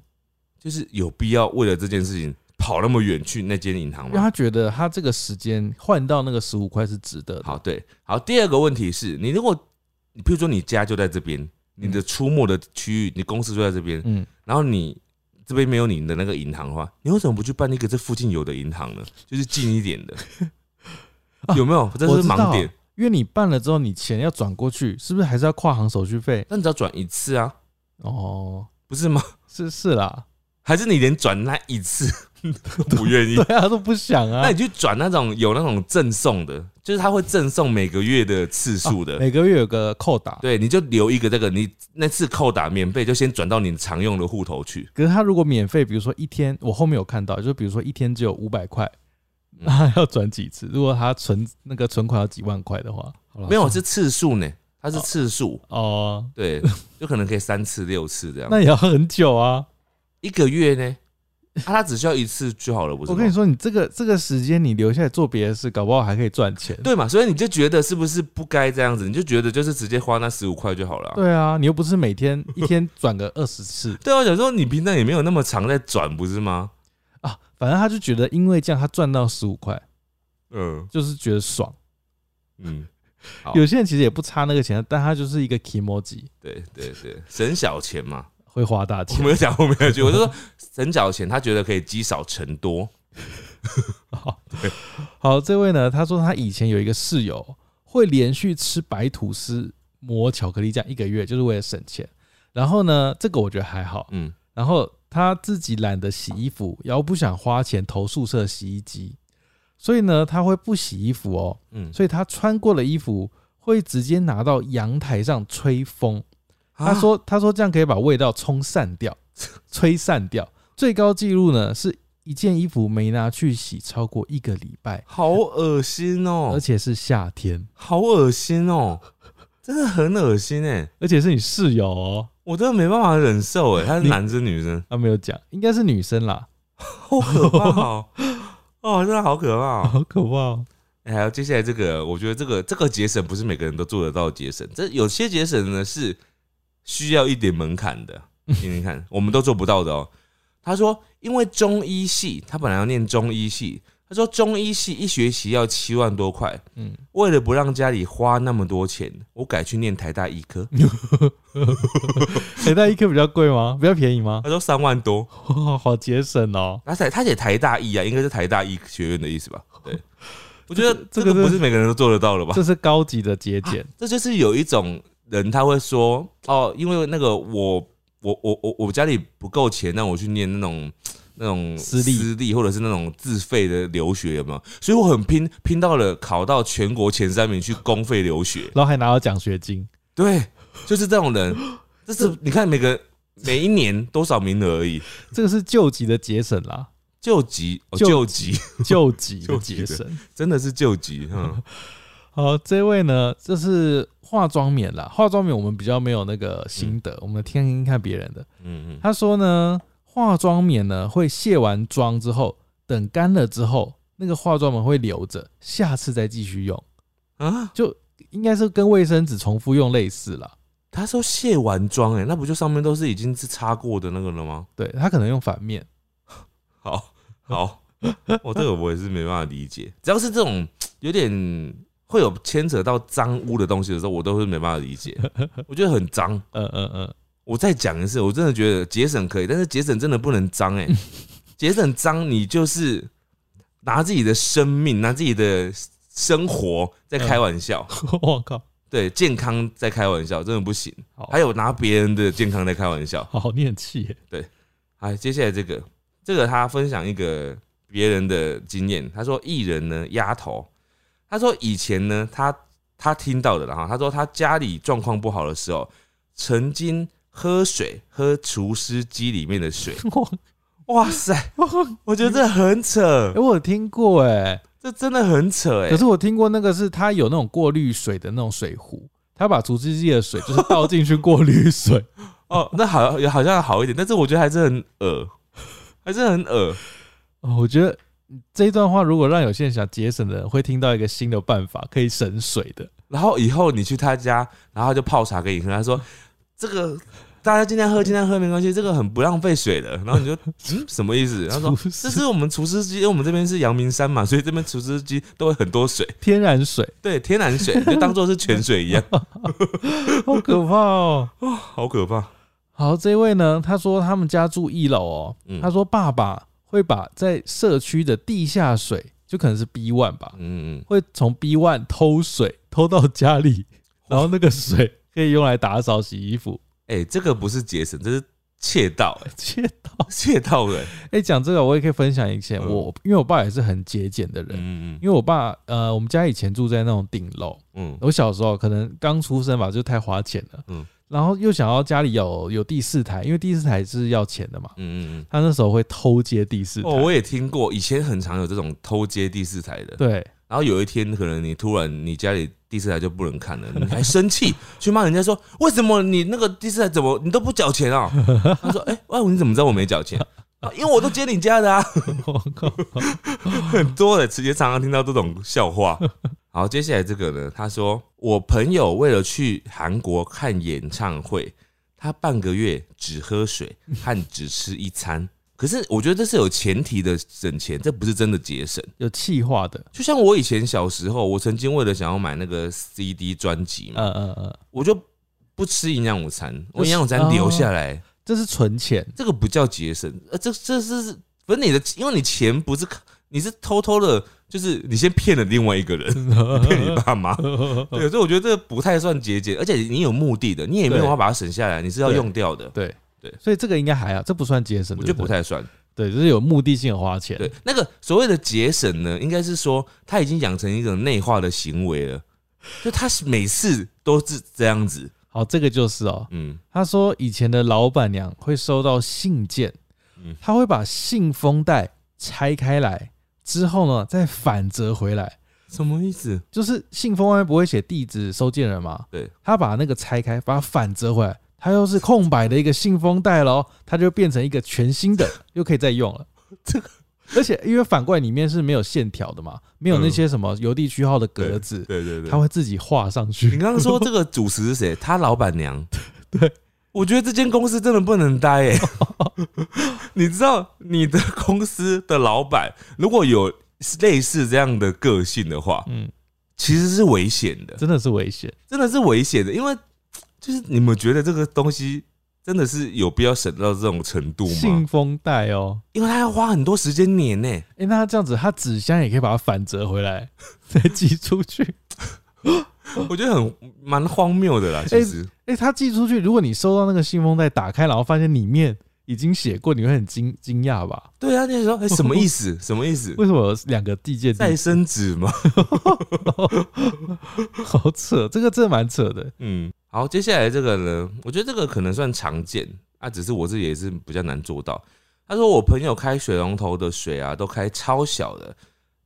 B: 就是有必要为了这件事情跑那么远去那间银行
A: 让
B: 吗？
A: 他觉得他这个时间换到那个十五块是值得的。
B: 好，对，好。第二个问题是你如果，比如说你家就在这边，你的出没的区域，你公司就在这边，
A: 嗯，
B: 然后你这边没有你的那个银行的话，你为什么不去办一个这附近有的银行呢？就是近一点的，
A: 啊
B: 有没有？这
A: 我
B: 是
A: 知道啊
B: 盲点。
A: 因为你办了之后，你钱要转过去，是不是还是要跨行手续费？
B: 那你只要转一次啊，
A: 哦，
B: 不是吗？
A: 是是啦，
B: 还是你连转那一次 都不愿意
A: 对？啊，都不想 啊
B: 那。你去转那种有那种赠送的，就是他会赠送每个月的次数的。
A: 每个月有个扣打，
B: 对，你就留一个这个，你那次扣打免费就先转到你常用的户头去。
A: 可是他如果免费，比如说一天，我后面有看到，就是比如说一天只有五百块，
B: 嗯
A: 那他要转几次？如果他存那个存款要几万块的话，好啦
B: 没有
A: 算
B: 是次数呢，它
A: 啊
B: 是次数，
A: 哦，
B: 对，就可能可以三次六次这样。
A: 那也要很久啊。
B: 一个月呢？ 啊，他只需要一次就好了，不是？
A: 我跟你，说，你这个这个时间你留下来做别的事，搞不好还可以赚钱。
B: 对嘛？所以你就觉得是不是不该这样子？你就觉得就是直接花那十五块就好了啊、
A: 对啊，你又不是每天一天转个二十次
B: 对啊，我想说你平常也没有那么常在转，不是吗？
A: 啊，反正他就觉得因为这样他赚到十五块，
B: 嗯
A: 就是觉得爽。
B: 嗯，好
A: 有些人其实也不差那个钱，但他就是一个 e m o j i
B: 对对对，省小钱嘛。
A: 会花大
B: 我
A: 钱。
B: 没有讲后面那句，我就说省小钱，他觉得可以积少成多。
A: 好， 好，这位呢，他说他以前有一个室友会连续吃白吐司抹巧克力酱一个月，就是为了省钱。然后呢，这个我觉得还好。
B: 嗯，
A: 然后他自己懒得洗衣服，然后不想花钱投宿舍洗衣机，所以呢，他会不洗衣服哦。
B: 嗯，
A: 所以他穿过的衣服会直接拿到阳台上吹风。他
B: 啊
A: 说：“他说这样可以把味道冲散掉， 吹散掉。最高纪录呢是一件衣服没拿去洗超过一个礼拜，
B: 好恶心哦、
A: 而且是夏天，
B: 好恶心哦、真的很恶心哎、
A: 而且是你室友哦。
B: 我真的没办法忍受哎、他是
A: 你
B: 男生女生，
A: 他没有讲，应该是女生啦，
B: 好可怕哦、 哦，真的好可怕哦、
A: 好可怕、哦。
B: 哎还有接下来这个，我觉得这个这个节省不是每个人都做得到的节省，这有些节省呢是需要一点门槛 的。听听看，我们都做不到的哦。他说，因为中医系，他本来要念中医系，他说中医系一学期要七万多块，
A: 嗯，
B: 为了不让家里花那么多钱，我改去念台大医 科。
A: 北大哎一颗比较贵吗？比较便宜吗？
B: 他说三万多，
A: 哇，好节省哦。
B: 他写他写台大医啊，应该是台大医学院的意思吧？对，我觉得这
A: 这
B: 个
A: 个
B: 不是每个人都做得到了吧？
A: 这是高级的节俭，
B: 啊这就是有一种人他会说哦，因为那个我我我我我家里不够钱，让我去念那种那种
A: 私立
B: 私立或者是那种自费的留学有没有？所以我很拼拼到了考到全国前三名去公费留学，
A: 然后还拿到奖学金。
B: 对，就是这 种人，这是你看每个每一年多少名额而已，
A: 这个是救急的节省啦，
B: 救急、哦、
A: 救
B: 救急，
A: 救急
B: 救
A: 的
B: 急
A: 节
B: 的
A: 省。
B: 真的是救急，嗯，
A: 好，这位呢，这是化妆棉啦。化妆棉我们比较没有那个心得，我们天天看别人的。
B: 嗯嗯，
A: 他说呢，化妆棉呢会卸完妆之后，等干了之后，那个化妆棉会留着，下次再继续用，
B: 啊，
A: 应该是跟卫生纸重复用类似啦。
B: 他说卸完妆，哎，那不就上面都是已经是擦过的那个了吗？
A: 对他可能用反面，
B: 好好， 我、这个我也是没办法理解，只要是这种有点会有牵扯到脏污的东西的时候，我都是没办法理解，我觉得很脏。
A: 嗯嗯嗯，
B: 我再讲一次，我真的觉得节省可以，但是节省真的不能脏哎、节省脏你就是拿自己的生命、拿自己的生活在开玩笑，
A: 嗯我靠，
B: 对健康在开玩笑，真的不行。
A: 好
B: 还有拿别人的健康在开玩笑。
A: 好念气耶，
B: 哎，接下来这个，这个他分享一个别人的经验，他说艺人呢压头，他说以前呢他他听到的啦哈，他说他家里状况不好的时候，曾经喝水喝厨师机里面 的水，
A: 我
B: 哇塞，我觉得这很扯
A: 哎、，我有听过哎，
B: 这真的很扯哎、
A: 可是我听过那个是它有那种过滤水的那种水壶，它把除湿机的水就是倒进去过滤水，
B: 哦，那好也好像好一点，但是我觉得还是很恶，还是很恶。
A: 哦，我觉得这一段话如果让有些人想节省的人会听到一个新的办法，可以省水的。
B: 然后以后你去他家，然后他就泡茶给你喝，他说这个大家尽量喝，尽量喝没关系，这个很不浪费水的。然后你就嗯什么意思？他说
A: 厨师
B: 这是我们厨师机，因为我们这边是阳明山嘛，所以这边厨师机都会很多水，
A: 天然水，
B: 对，天然水就当做是泉水一样，
A: 好可怕哦。
B: 好可怕。
A: 好，这位呢，他说他们家住一楼哦，
B: 嗯
A: 他说爸爸会把在社区的地下水，就可能是 B one 吧，
B: 嗯，嗯
A: 会从 B one 偷水偷到家里，然后那个水可以用来打扫、洗衣服。
B: 哎、这个不是节省，这是窃盗、哎，
A: 切到，
B: 窃盗的、
A: 哎、讲这个我也可以分享以前、
B: 嗯
A: 我，因为我爸也是很节俭的人，
B: 嗯嗯
A: 因为我爸呃，我们家以前住在那种顶楼，
B: 嗯嗯
A: 我小时候可能刚出生吧，就太花钱了，
B: 嗯
A: 然后又想要家里有有第四台，因为第四台是要钱的嘛，
B: 嗯嗯
A: 他那时候会偷接第四
B: 嗯。
A: 台，
B: 哦，我也听过，以前很常有这种偷接第四台的，
A: 对，
B: 然后有一天，可能你突然你家里第四台就不能看了，你还生气去骂人家说为什么你那个第四台怎么你都不缴钱啊、他说：“哎、欸，哇，你怎么知道我没缴钱？啊，因为我都接你家的啊。
A: 我靠，”
B: 很多的直接常常听到这种笑话。好，接下来这个呢，他说我朋友为了去韩国看演唱会，他半个月只喝水和只吃一餐。可是我觉得这是有前提的省钱，这不是真的节省。
A: 有气化的，
B: 就像我以前小时候，我曾经为了想要买那个 CD 专辑嘛，
A: 嗯嗯嗯，
B: 我就不吃营养午餐，我营养午餐留下来，
A: 这是存 钱，
B: 这个不叫节省，呃，这这是反正你的，因为你钱不是你是偷偷的，就是你先骗了另外一个人，骗你 爸妈，对，所以我觉得这不太算节俭，而且你有目的的，你也没有
A: 对
B: 要把它省下来，你是要用掉的，
A: 对
B: 对
A: 所以这个应该还好，这不算节省，
B: 我觉得
A: 对
B: 不
A: 对
B: 太算。
A: 对，就是有目的性的花钱，
B: 对，那个所谓的节省呢，应该是说他已经养成一种内化的行为了，就他是每次都是这样子，
A: 好，这个就是哦，
B: 嗯，
A: 他说以前的老板娘会收到信件
B: 嗯，
A: 她会把信封袋拆开来之后呢，再反折回来。
B: 什么意思？
A: 就是信封外面不会写地址、收件人嘛？
B: 对，
A: 他把那个拆开，把它反折回来，它又是空白的一个信封袋喽，它就变成一个全新 的，又可以再用了。
B: 这
A: 个，而且因为反过来里面是没有线条的嘛，没有那
B: 嗯
A: 些什么邮递区号的格子，
B: 对对对，
A: 它会自己画上
B: 你
A: 去。
B: 刚刚说这个主持是 谁？他老板娘。对，我觉得这间公司真的不能待哎、 你知道你的公司的老板如果有类似这样的个性的话，
A: 嗯，
B: 其实是危险的，
A: 真的是危险。
B: 真的是危险的，因为就是你们觉得这个东西真的是有必要省到这种程度吗
A: 信？封袋哦，
B: 因为他要花很多时间粘呢，
A: 哎、那它这样子，它纸箱也可以把它反折回 来，再寄出去。
B: 我觉得很蛮荒谬的啦。其实，
A: 哎、它寄出去，如果你收到那个信封袋打开，然后发现里面已经写过，你会很惊惊讶吧？
B: 对啊，那时候哎，什么意思？什么意思？
A: 为什么有两个地界
B: 再
A: 地？
B: 生纸吗？
A: 好扯，这个真的蛮扯的。
B: 嗯，好，接下来这个呢，我觉得这个可能算常见啊，只是我自己也是比较难做到。他说我朋友开水龙头的水啊，都开超小的，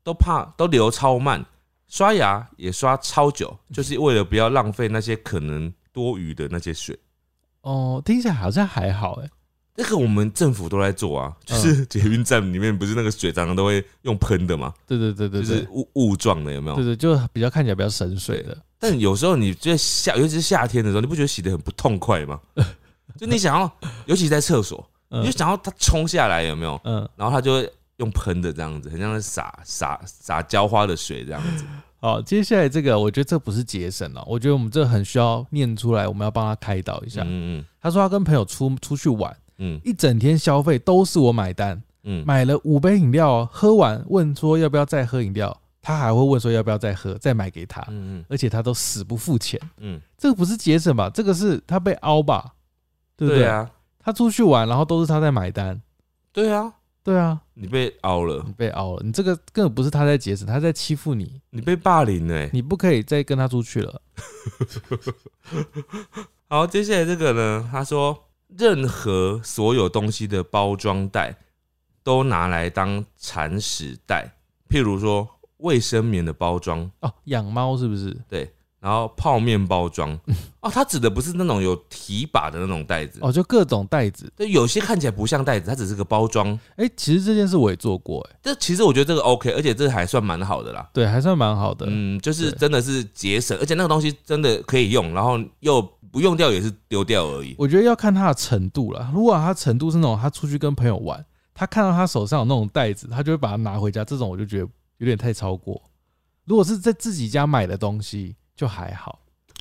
B: 都怕都流超慢，刷牙也刷超久，
A: 嗯
B: 就是为了不要浪费那些可能多余的那些水。
A: 哦，听起来好像还好哎、
B: 那个我们政府都在做啊，
A: 嗯
B: 就是捷运站里面不是那个水常常都会用喷的嘛，
A: 对对对对
B: 就
A: 对，
B: 是雾雾状的，有没有
A: 对？对，就比较看起来比较神水的。
B: 但有时候你在夏，尤其是夏天的时候，你不觉得洗的很不痛快吗？就你想要，尤其在厕所，
A: 嗯
B: 你就想要它冲下来，有没有？
A: 嗯，
B: 然后它就会用喷的这样子，很像在洒洒洒浇花的水这样子。
A: 好，接下来这个我觉得这不是节省了，我觉得我们这很需要念出来，我们要帮他开导一下。
B: 嗯嗯
A: 他说他跟朋友出出去玩，
B: 嗯
A: 啊一整天消费都是我买单，
B: 嗯嗯，
A: 买了五杯饮料哦，喝完问说要不要再喝饮料，他还会问说要不要再喝，再买给他，
B: 嗯
A: 而且他都死不付钱，
B: 嗯
A: 这个不是节省吧？这个是他被凹吧？对
B: 嗯，
A: 不
B: 对啊
A: 他出去玩，然后都是他在买单。
B: 对啊，
A: 对啊，
B: 你被凹了
A: 你，被凹了，你这个根本不是他在节省，他在欺负你，
B: 你被霸凌了欸。
A: 你不可以再跟他出去了。
B: 好，接下来这个呢，他说任何所有东西的包装袋都拿来当铲屎袋，譬如说卫生棉的包装，
A: 哦，养猫是不是？
B: 然后泡面包装。 哦，它指的不是那种有提把的那种袋子，
A: 哦，就各种袋子。
B: 对，有些看起来不像袋子，它只是个包装。
A: 哎、其实这件事我也做过、哎，
B: 这其实我觉得这个 OK，而且这还算蛮好的啦。
A: 对，还算蛮好的。
B: 嗯，就是
A: 对
B: 真的是节省，而且那个东西真的可以用，然后又不用掉也是丢掉而已。
A: 我觉得要看他的程度了。如果他程度是那种他出去跟朋友玩，他看到他手上有那种袋子，他就会把它拿回家，这种我就觉得有点太超过。如果是在自己家买的东西，就还好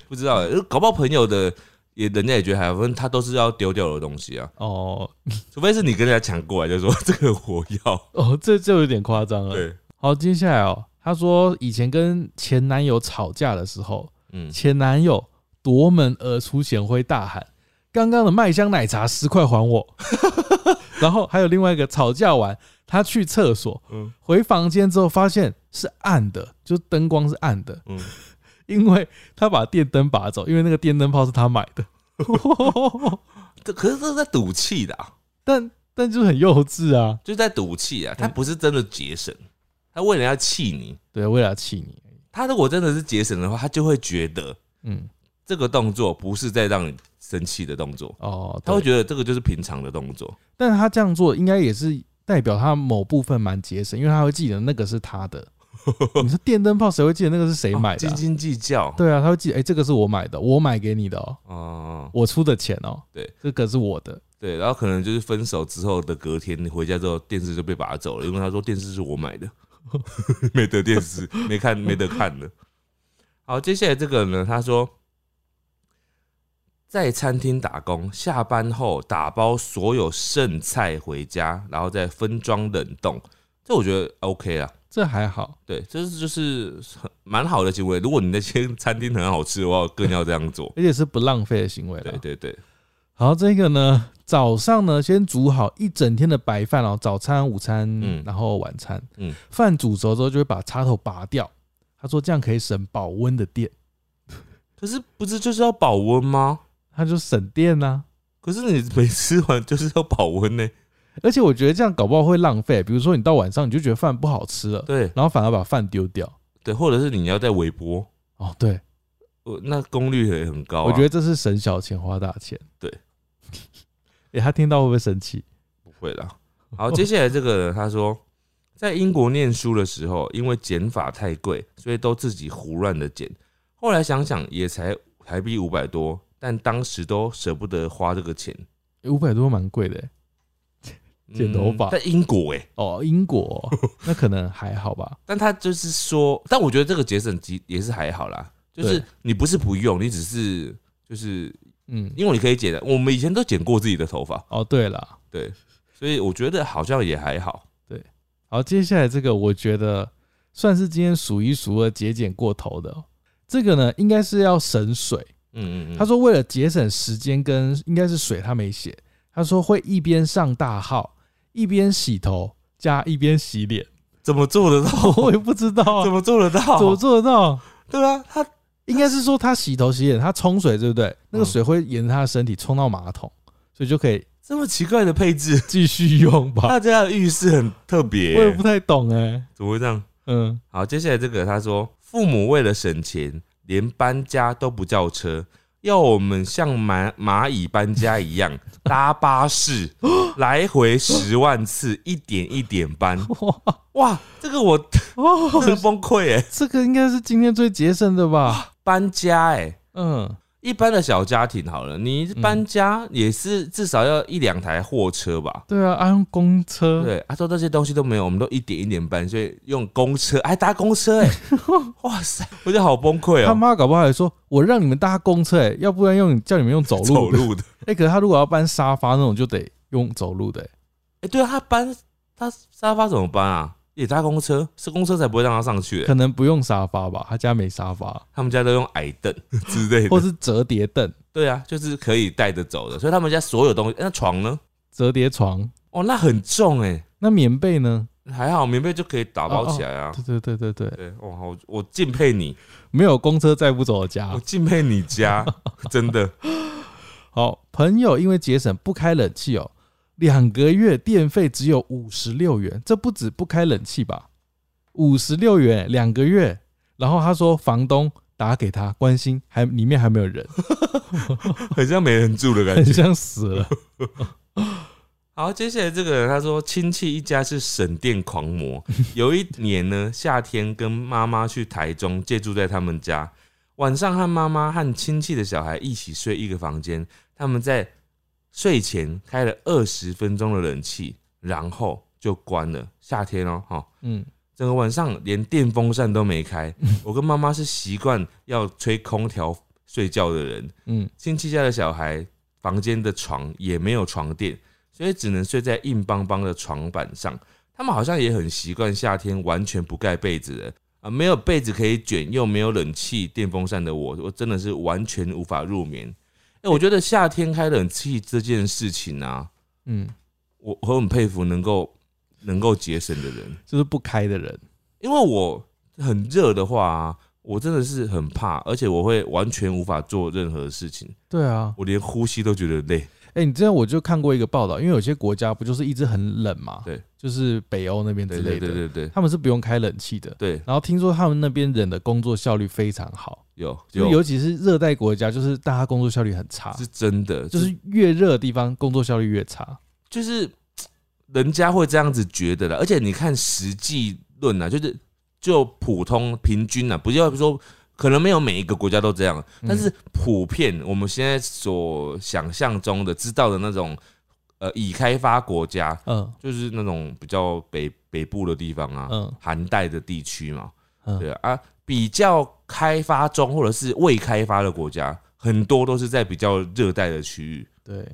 B: 不知道、欸，搞不好朋友的也人家也觉得还好，反正他都是要丢掉的东西啊，
A: 哦
B: 除非是你跟人家抢过来，就说这个我要。
A: 哦，这就有点夸张了。
B: 对，
A: 好，接下来哦，他说以前跟前男友吵架的时候，
B: 嗯，
A: 前男友夺门而出，显辉大喊：“刚刚的麦香奶茶十块还我！” 然后还有另外一个吵架完，他去厕所，
B: 嗯
A: 回房间之后发现是暗的，就是灯光是暗的，
B: 嗯，
A: 因为他把电灯拔走，因为那个电灯泡是他买的。
B: 这可是这是在赌气的、啊，
A: 但但就是很幼稚啊，
B: 就是在赌气啊，他
A: 嗯
B: 不是真的节省，他为了要气你，
A: 对，为了气你，
B: 他如果真的是节省的话，他就会觉得
A: 嗯，
B: 这个动作不是在让你生气的动作，
A: 哦，
B: 他会
A: 得，
B: 觉得这个就是平常的动作。
A: 但是他这样做应该也是代表他某部分蛮节省，因为他会记得那个是他 的。你说电灯泡谁会记得那个是谁买的、
B: 哦斤
A: 啊？
B: 斤计较。
A: 对啊，他会记得，哎、这个是我买的，我买给你的哦，
B: 哦，
A: 我出的钱哦，
B: 对，
A: 这个是我的，
B: 对，然后可能就是分手之后的隔天，你回家之后电视就被拔走了，因为他说电视是我买的， 没得电视，没看没得看了。好，接下来这个呢，他说在餐厅打工，下班后打包所有剩菜回家，然后再分装冷冻，这我觉得 OK 啊。
A: 这还好，
B: 对，这是就是很蛮好的行为。如果你那间餐厅很好吃的话，更要这样做
A: 。而且是不浪费的行为了。
B: 对对对，
A: 好，这个呢，早上呢先煮好一整天的白饭哦，早餐、午餐，
B: 嗯
A: 然后晚餐，
B: 嗯
A: 饭煮熟之后就会把插头拔掉。他说这样可以省保温的电，
B: 可是不是就是要保温吗？
A: 他就省电啊呐、
B: 可是你没吃完就是要保温呢、
A: 而且我觉得这样搞不好会浪费，比如说你到晚上你就觉得饭不好吃了，
B: 对
A: 然后反而把饭丢掉。
B: 对，或者是你要再微波，
A: 哦，对，
B: 呃那功率也很高啊、
A: 我觉得这是省小钱花大钱。
B: 对，
A: 哎、他听到会不会生气？
B: 不会啦。好，接下来这个人他说， 在英国念书的时候，因为减法太贵，所以都自己胡乱的减。后来想想也才台币五百多，但当时都舍不得花这个钱。
A: 五百多蛮贵的欸剪头发
B: 嗯在英国哎、
A: 哦，英国哦、 那可能还好吧。
B: 但他就是说，但我觉得这个节省机也是还好啦，就是
A: 对
B: 你不是不用，你只是就是
A: 嗯，
B: 因为你可以剪的，我们以前都剪过自己的头发，
A: 哦，对了，
B: 对，所以我觉得好像也还好。
A: 好，接下来这个我觉得算是今天数一数二节俭过头的哦、这个呢，应该是要省水。
B: 嗯嗯嗯，
A: 他说为了节省时间跟应该是水，他没写。他说会一边上大号，一边洗头，加一边洗脸。
B: 怎么做得到？
A: 我也不知道啊、
B: 怎么做得到？
A: 怎么做得到？
B: 对啊，他
A: 应该是说他洗头洗脸，他冲水对不对？那个水会沿着他的身体冲到马桶，所以就可以
B: 这么奇怪的配置，
A: 继续用吧。
B: 大家的浴室很特
A: 哦
B: 别
A: 我也
B: 耶、
A: 不太懂哎、
B: 怎么会这样？
A: 嗯，
B: 好，接下来这个他说，父母为了省钱，连搬家都不叫车，要我们像蚂蚂蚁搬家 一样搭巴士，来回十万次，一点一点 搬。哇，这个我
A: 哦，
B: 真的崩溃哎！
A: 这个应该是今天最节省的吧？
B: 搬家哎，
A: 啊嗯，
B: 一般的小家庭好了，你搬家也是至少要一两台货车吧？
A: 对啊，啊用公车，
B: 对，他说这些东西都没有，我们都一点一点搬，所以用公车，还搭公车 哎、哇塞，我觉得好崩溃
A: 他
B: 哦、
A: 妈搞不好还说，我让你们搭公车、欸，要不然用叫你们用走
B: 走
A: 路的。
B: 路的，
A: 哎、可是他如果要搬沙发那种，就得用走路的、欸。
B: 哎、对啊，他搬他沙发怎么搬啊？也搭公车，是公车才不会让他上去、欸
A: 可，能不用沙发吧，他家没沙发，
B: 他们家都用矮凳之类
A: 或
B: 的，
A: 是折叠凳、
B: 对啊，就是可以带着走的，所以他们家所有东西，那床呢？
A: 折叠床。
B: 哦，那很重哎、
A: 那棉被呢？
B: 还好棉被就可以打包起来啊。
A: 对对对对对，
B: 对，哇，我我敬佩你，
A: 没有公车载不走的家
B: 我。敬佩你家，真的。
A: 好，朋友因为节省不开冷气哦，两个月电费只有五十六元，这不止不开冷气吧？五十六元两个月，然后他说房东打给他关心，还里面还没有人，
B: 很像没人住的感
A: 很
B: 觉。
A: 像死了。
B: 好，接下来这个人他说，亲戚一家是省电狂魔。有一年呢，夏天跟妈妈去台中借住在他们家，晚上和妈妈和亲戚的小孩一起睡一个房间。他们在睡前开了二十分钟的冷气，然后就关了。夏天哦，哈、
A: 嗯，
B: 整个晚上连电风扇都没开。我跟妈妈是习惯要吹空调睡觉的人，
A: 嗯，
B: 亲戚家的小孩房间的床也没有床垫，所以只能睡在硬邦邦的床板上。他们好像也很习惯夏天完全不盖被子的啊，没有被子可以卷，又没有冷气、电风扇的我，我真的是完全无法入眠。哎、我觉得夏天开冷气这件事情啊，
A: 嗯，
B: 我我很佩服能够能够节省的人，
A: 就是不开的人，
B: 因为我很热的话、啊，我真的是很怕，而且我会完全无法做任何事情，
A: 对啊。
B: 我连呼吸都觉得累。
A: 哎、你知道我就看过一个报道，因为有些国家不就是一直很冷嘛，
B: 对，
A: 就是北欧那边之
B: 对
A: 类的，
B: 对对对对
A: 他们是不用开冷气的。
B: 对，
A: 然后听说他们那边人的工作效率非常好，
B: 有
A: 就是
B: 有
A: 尤其是热带国家，就是大家工作效率很差，
B: 是真的，就
A: 就是是越热的地方工作效率越差。
B: 就是人家会这样子觉得的，而且你看实际论啊，就是就普通平均啊，不要说可能没有每一个国家都这样，
A: 嗯
B: 但是普遍我们现在所想象中的、知道的那种呃已开发国家，
A: 嗯
B: 就是那种比较北北部的地方啊，
A: 嗯
B: 寒带的地区嘛，
A: 嗯，
B: 对啊啊，比较开发中或者是未开发的国家，很多都是在比较热带的区域。
A: 对，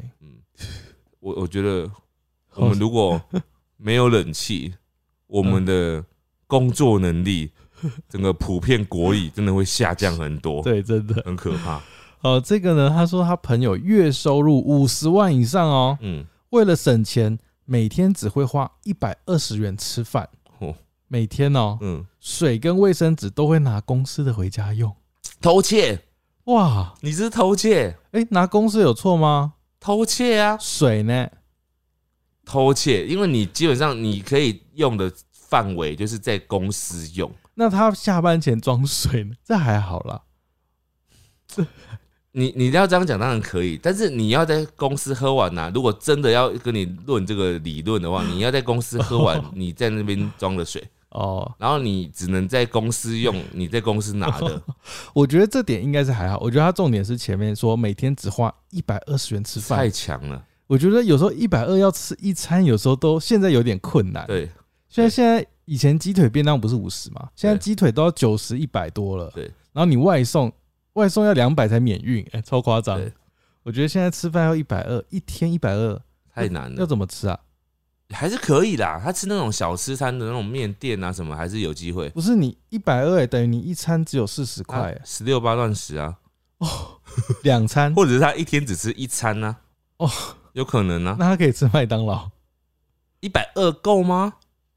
B: 我我觉得我们如果没有冷气，我们的工作能力，整个普遍国力真的会下降很多，
A: 对真的。
B: 很可怕。
A: 哦，这个呢，他说他朋友月收入五十万以上哦，
B: 嗯，
A: 为了省钱，每天只会花一百二十元吃饭
B: 哦，
A: 每天哦，
B: 嗯，
A: 水跟卫生纸都会拿公司的回家用。
B: 偷窃，
A: 哇，
B: 你是偷窃，
A: 哎、拿公司有错吗？
B: 偷窃啊，
A: 水呢？
B: 偷窃，因为你基本上你可以用的范围就是在公司用。
A: 那他下班前装水呢？这还好啦。
B: 你你要这样讲当然可以，但是你要在公司喝完呐、如果真的要跟你论这个理论的话，
A: 啊
B: 你要在公司喝 完，你在那边装的水，
A: 哦，
B: 然后你只能在公 司用，你在公司拿的，
A: 我觉得这点应该是还好。我觉得他重点是前面说每天只花一百二十元吃
B: 太
A: 饭，
B: 强了。
A: 我觉得有时候一百二要吃一餐，有时候都现在有点困难。，
B: 对
A: 虽然现在以前鸡腿便当不是五十嘛，现在
B: 对
A: 鸡腿都要九十一百多了。
B: 对，
A: 然后你外送，外送要两百才免运，哎、超夸张
B: 对。
A: 我觉得现在吃饭要一百二，一天一百二，
B: 太难
A: 要
B: 了，
A: 怎么吃啊？
B: 还是可以啦。他吃那种小吃摊的那种面店啊，什么还是有机会。
A: 不是你一百二，哎等于你一餐只有四十块，哎
B: 十六八乱十啊，
A: 两餐，
B: 或者是他一天只吃一餐呢、啊？
A: 哦
B: 哦，有可能啊。
A: 那他可以吃麦当劳。
B: 一百二够吗？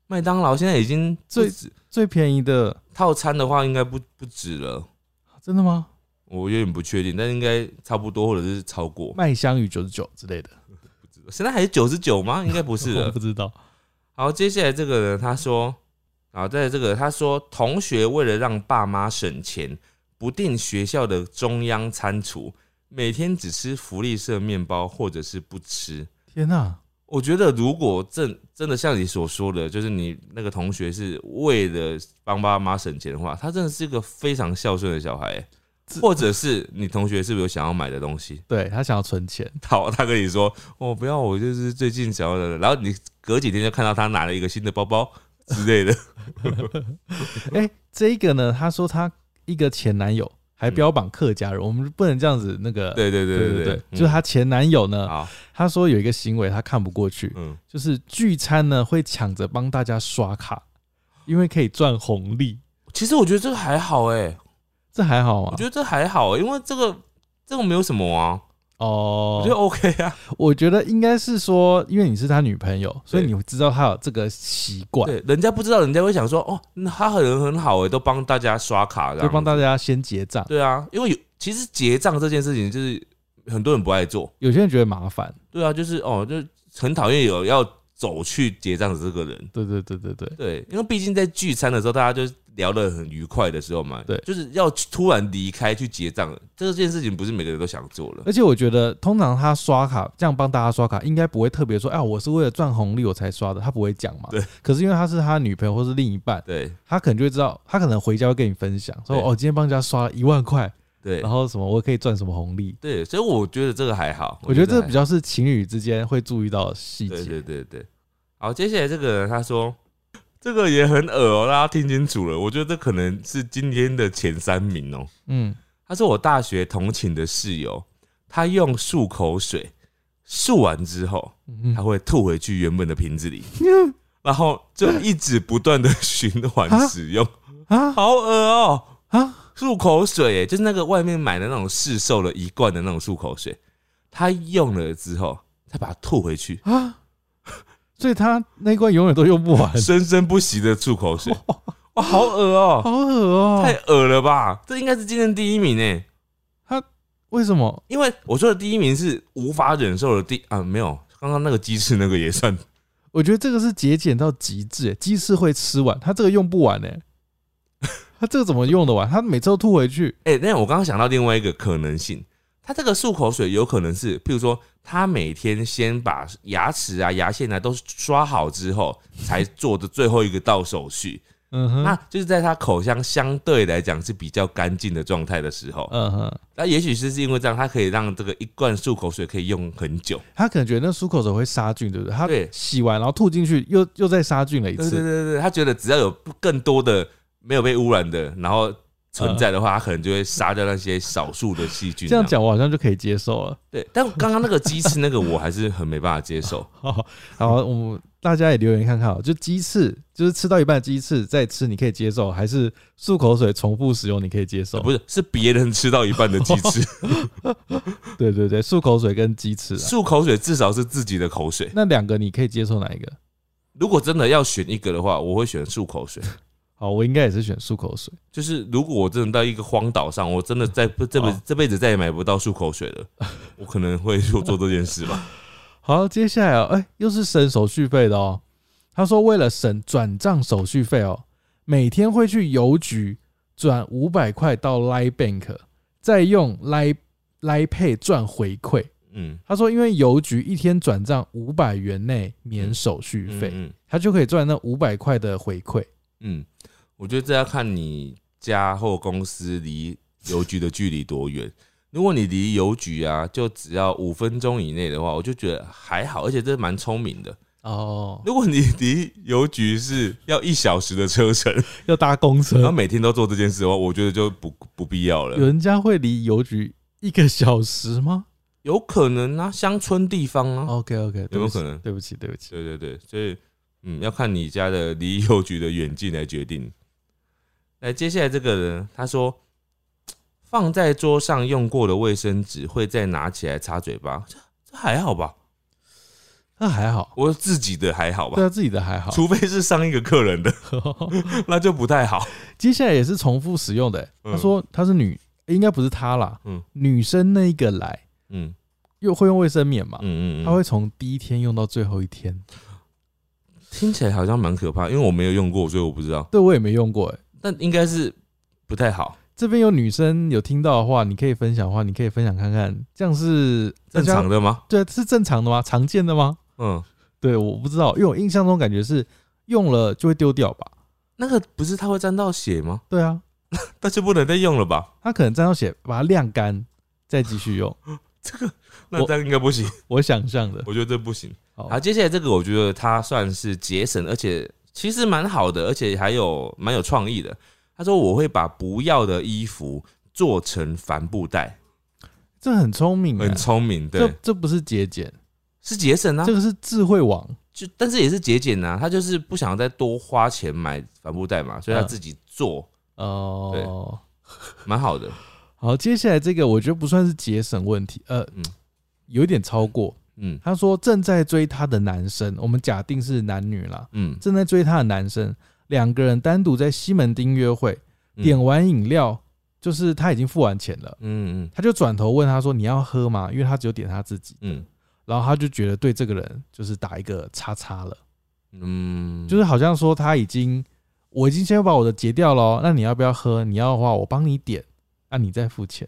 B: 麦当劳现在已经最
A: 最最便宜的，
B: 套餐的话，应该不不止了。
A: 真的吗？
B: 我有点不确定，但应该差不多，或者是超过。
A: 麦香鱼九十九之类的，
B: 现在还是九十九吗？应该不 是
A: 我
B: 了
A: 不。知道。
B: 好，接下来这个人他说，然后在这个他说，同学为了让爸妈省钱，不订学校的中央餐厨，每天只吃福利社面包或者是不吃。
A: 天哪、
B: 我觉得如果真真的像你所说的，就是你那个同学是为了帮爸妈省钱的话，他真的是一个非常孝顺的小孩欸
A: 这。
B: 或者是你同学是不是有想要买的东西？
A: 对他想要存 钱，
B: 好，他跟你说：“哦，不要，我就是最近想要的。”然后你隔几天就看到他拿了一个新的包包之 类的。
A: 哎、这个呢，他说他一个前男友还标榜客家人，我们不能这样子那个。
B: 对对对
A: 对
B: 对
A: 对，就是他前男友
B: 嗯
A: 呢，
B: 好，
A: 他说有一个行为他看不过去，
B: 嗯，
A: 就是聚餐呢会抢着帮大家刷卡，因为可以赚红利。
B: 其实我觉得这个还好哎、
A: 这还好啊
B: 我觉，得这还好、因为这个这个没有什么啊，
A: 哦，
B: 我觉得 OK 啊。
A: 我觉得应该是说，因为你是他女朋友，所以你知道他有这个习惯，
B: 对，人家不知道，人家会想说：“哦，那他很人很好哎、都帮大家刷卡，
A: 就帮大
B: 家。
A: 家先结账”。
B: 对啊，因为有其实结账这件事情就是很多人不爱做，
A: 有些人觉得麻烦，
B: 对啊，就是哦，就很讨厌有要走去结账的这个人。
A: 对对对对对，
B: 对，因为毕竟在聚餐的时候，大家就聊得很愉快的时候嘛，
A: 对
B: 就是要突然离开去结账，这件事情不是每个人都想做的。
A: 而且我觉得通常他刷卡这样帮大家刷卡，应该不会特别说，哎、我是为了赚红利我才刷的，他不会讲嘛。
B: 对。
A: 可是因为他是他女朋友或是另一 半，
B: 对
A: 他可能就会知道，他可能回家会跟你分享，说
B: 对
A: 哦，今天帮人家刷了一万块，
B: 对
A: 然后什么我可以赚什么红利。
B: 对，所以我觉得这个还好，
A: 我觉得这
B: 还
A: 比较是情侣之间会注意到的细
B: 对
A: 节。
B: 对对对。好，接下来这个人他说。这个也很恶哦，大家听清楚了。我觉得这可能是今天的前三名哦。
A: 嗯，
B: 他是我大学同寝的室友，他用漱口水漱完之后，
A: 嗯
B: 他
A: 嗯，
B: 会吐回去原本的瓶子里， 然后就一直不断的 循环使用，
A: 啊
B: 好恶哦、
A: 啊，
B: 漱口水、欸，就是那个外面买的那种市售的一罐的那种漱口水，他用了之后，再把它吐回去，
A: 啊，所以他那一罐永远都用不 完，
B: 生生不息的漱口水，哇，好恶哦、
A: 好恶哦、
B: 太恶了吧！这应该是今天第一名诶、
A: 为什么？
B: 因为我说的第一名是无法忍受的第啊，没有，刚刚那个鸡翅那个也算
A: 我觉得这个是节俭到极致、欸，鸡翅会吃完，他这个用不完呢、欸 他这个怎么用得完？他每次都吐回去。
B: 哎、那我刚刚想到另外一个可能性，他这个漱口水有可能是，譬如说，他每天先把牙齿啊、牙线啊都刷好之后，才做的最后一个道手续。
A: 嗯哼，
B: 那就是在他口腔相对来讲是比较干净的状态的时候，
A: 嗯哼，
B: 那也许是是因为这样，它可以让这个一罐漱口水可以用很久。
A: 他可能觉得那漱口水会杀菌，对不对？他
B: 对
A: 洗完然后吐进去，又又再杀菌了一
B: 对对
A: 次。
B: 对对，他觉得只要有更多的没有被污染的，然后存在的话，他可能就会杀掉那些少数的细菌。
A: 嗯
B: 啊
A: 这样，讲我好像就可以接受了。
B: 对。但刚刚那个鸡翅那个，我还是很没办法接受。
A: 好，然后我们大家也留言看看哦，就鸡翅，就是吃到一半的鸡翅再吃，你可以接受，还是漱口水重复使用，你可以接受？
B: 不是，是别人吃到一半的鸡翅，
A: 对对对，漱口水跟鸡翅啊，
B: 漱口水至少是自己的口水。
A: 那两个你可以接受哪一个？
B: 如果真的要选一个的话，我会选漱口水。
A: 好，我应该也是选漱口水。
B: 就是如果我真的到一个荒岛上，我真的在不这辈
A: 哦
B: 这辈子再也买不到漱口水了，我可能会做做这件事吧。
A: 好，接下来哦，哎、又是省手续费的哦。他说为了省转账手续费哦，每天会去邮局转五百块到 Line Bank，再用 Line Line Pay 赚回馈。
B: 嗯，
A: 他说因为邮局一天转账五百元内免手续
B: 嗯
A: 费，
B: 嗯
A: 他就可以赚那五百块的回馈。
B: 嗯，我觉得这要看你家或公司离邮局的距离多远。如果你离邮局啊，就只要五分钟以内的话，我就觉得还好，而且这蛮聪明的。
A: 哦，
B: 如果你离邮局是要一小时的车程，
A: 要搭公
B: 然后
A: 车，
B: 每天都做这件事的话，我觉得就不不必要
A: 有
B: 了。
A: 人家会离邮局一个小时吗
B: 有可能啊，乡村地方啊，
A: ？OK OK，
B: 有没有可能？
A: 哦对不起，对不起。
B: 对对对，所以嗯，要看你家的离邮局的远近来决定。来，接下来这个人他说，放在桌上用过的卫生纸会再拿起来擦嘴巴，这这还好吧？
A: 那还好，
B: 我自己的还好吧
A: 对，他自己的还好。
B: 除非是上一个客人的， 那就不太好。
A: 接下来也是重复使用的、欸
B: 嗯
A: 他说他是女，应该不是他啦，
B: 嗯
A: 女生那一个来
B: 嗯
A: 又会用卫生棉嘛，
B: 嗯嗯嗯，
A: 他会从第一天用到最后一天，
B: 听起来好像蛮可怕，因为我没有用过，所以我不知道。
A: 对我也没用过、欸，
B: 但应该是不太好，
A: 这边有女生有听到的话，你可以分享的话，你可以分享看看，这样是
B: 正常
A: 的？
B: 的吗？
A: 对，是正常的吗？常见的吗？
B: 嗯，
A: 对，我不知道，因为我印象中感觉是用了就会丢掉吧？
B: 那个不是它会沾到血吗？
A: 对啊，
B: 那就不能再用了吧？
A: 它可能沾到血，把它晾干，再继续 用。
B: 这个那这样应该不行，
A: 我想象的哦
B: 我，觉得这不行。
A: 好
B: 好，接下来这个我觉得他算是节省，而且其实蛮好的，而且还有蛮有创意的。他说我会把不要的衣服做成帆布袋，
A: 这很聪明、欸，
B: 很聪明，
A: 这
B: 对，
A: 这不是节俭，
B: 是节省啊
A: 这，个是智慧网。
B: 就但是也是节俭啊。他就是不想再多花钱买帆布袋嘛，所以他
A: 嗯
B: 自己做，
A: 哦，
B: 蛮好的。
A: 好，接下来这个我觉得不算是节省问题，呃，
B: 嗯
A: 有点超过。
B: 嗯
A: 他说正在追她的男生，我们假定是男女啦，
B: 嗯，
A: 正在追她的男生，两个人单独在西门町约会，
B: 嗯
A: 点完饮料，就是他已经付完钱了，
B: 嗯嗯
A: 他就转头问他说：“你要喝吗？”因为他只有点他自己，
B: 嗯
A: 然后他就觉得对这个人就是打一个叉叉了，
B: 嗯，
A: 就是好像说他已经，我已经先把我的结掉了哦，那你要不要喝？你要的话，我帮你点，那、你再付钱，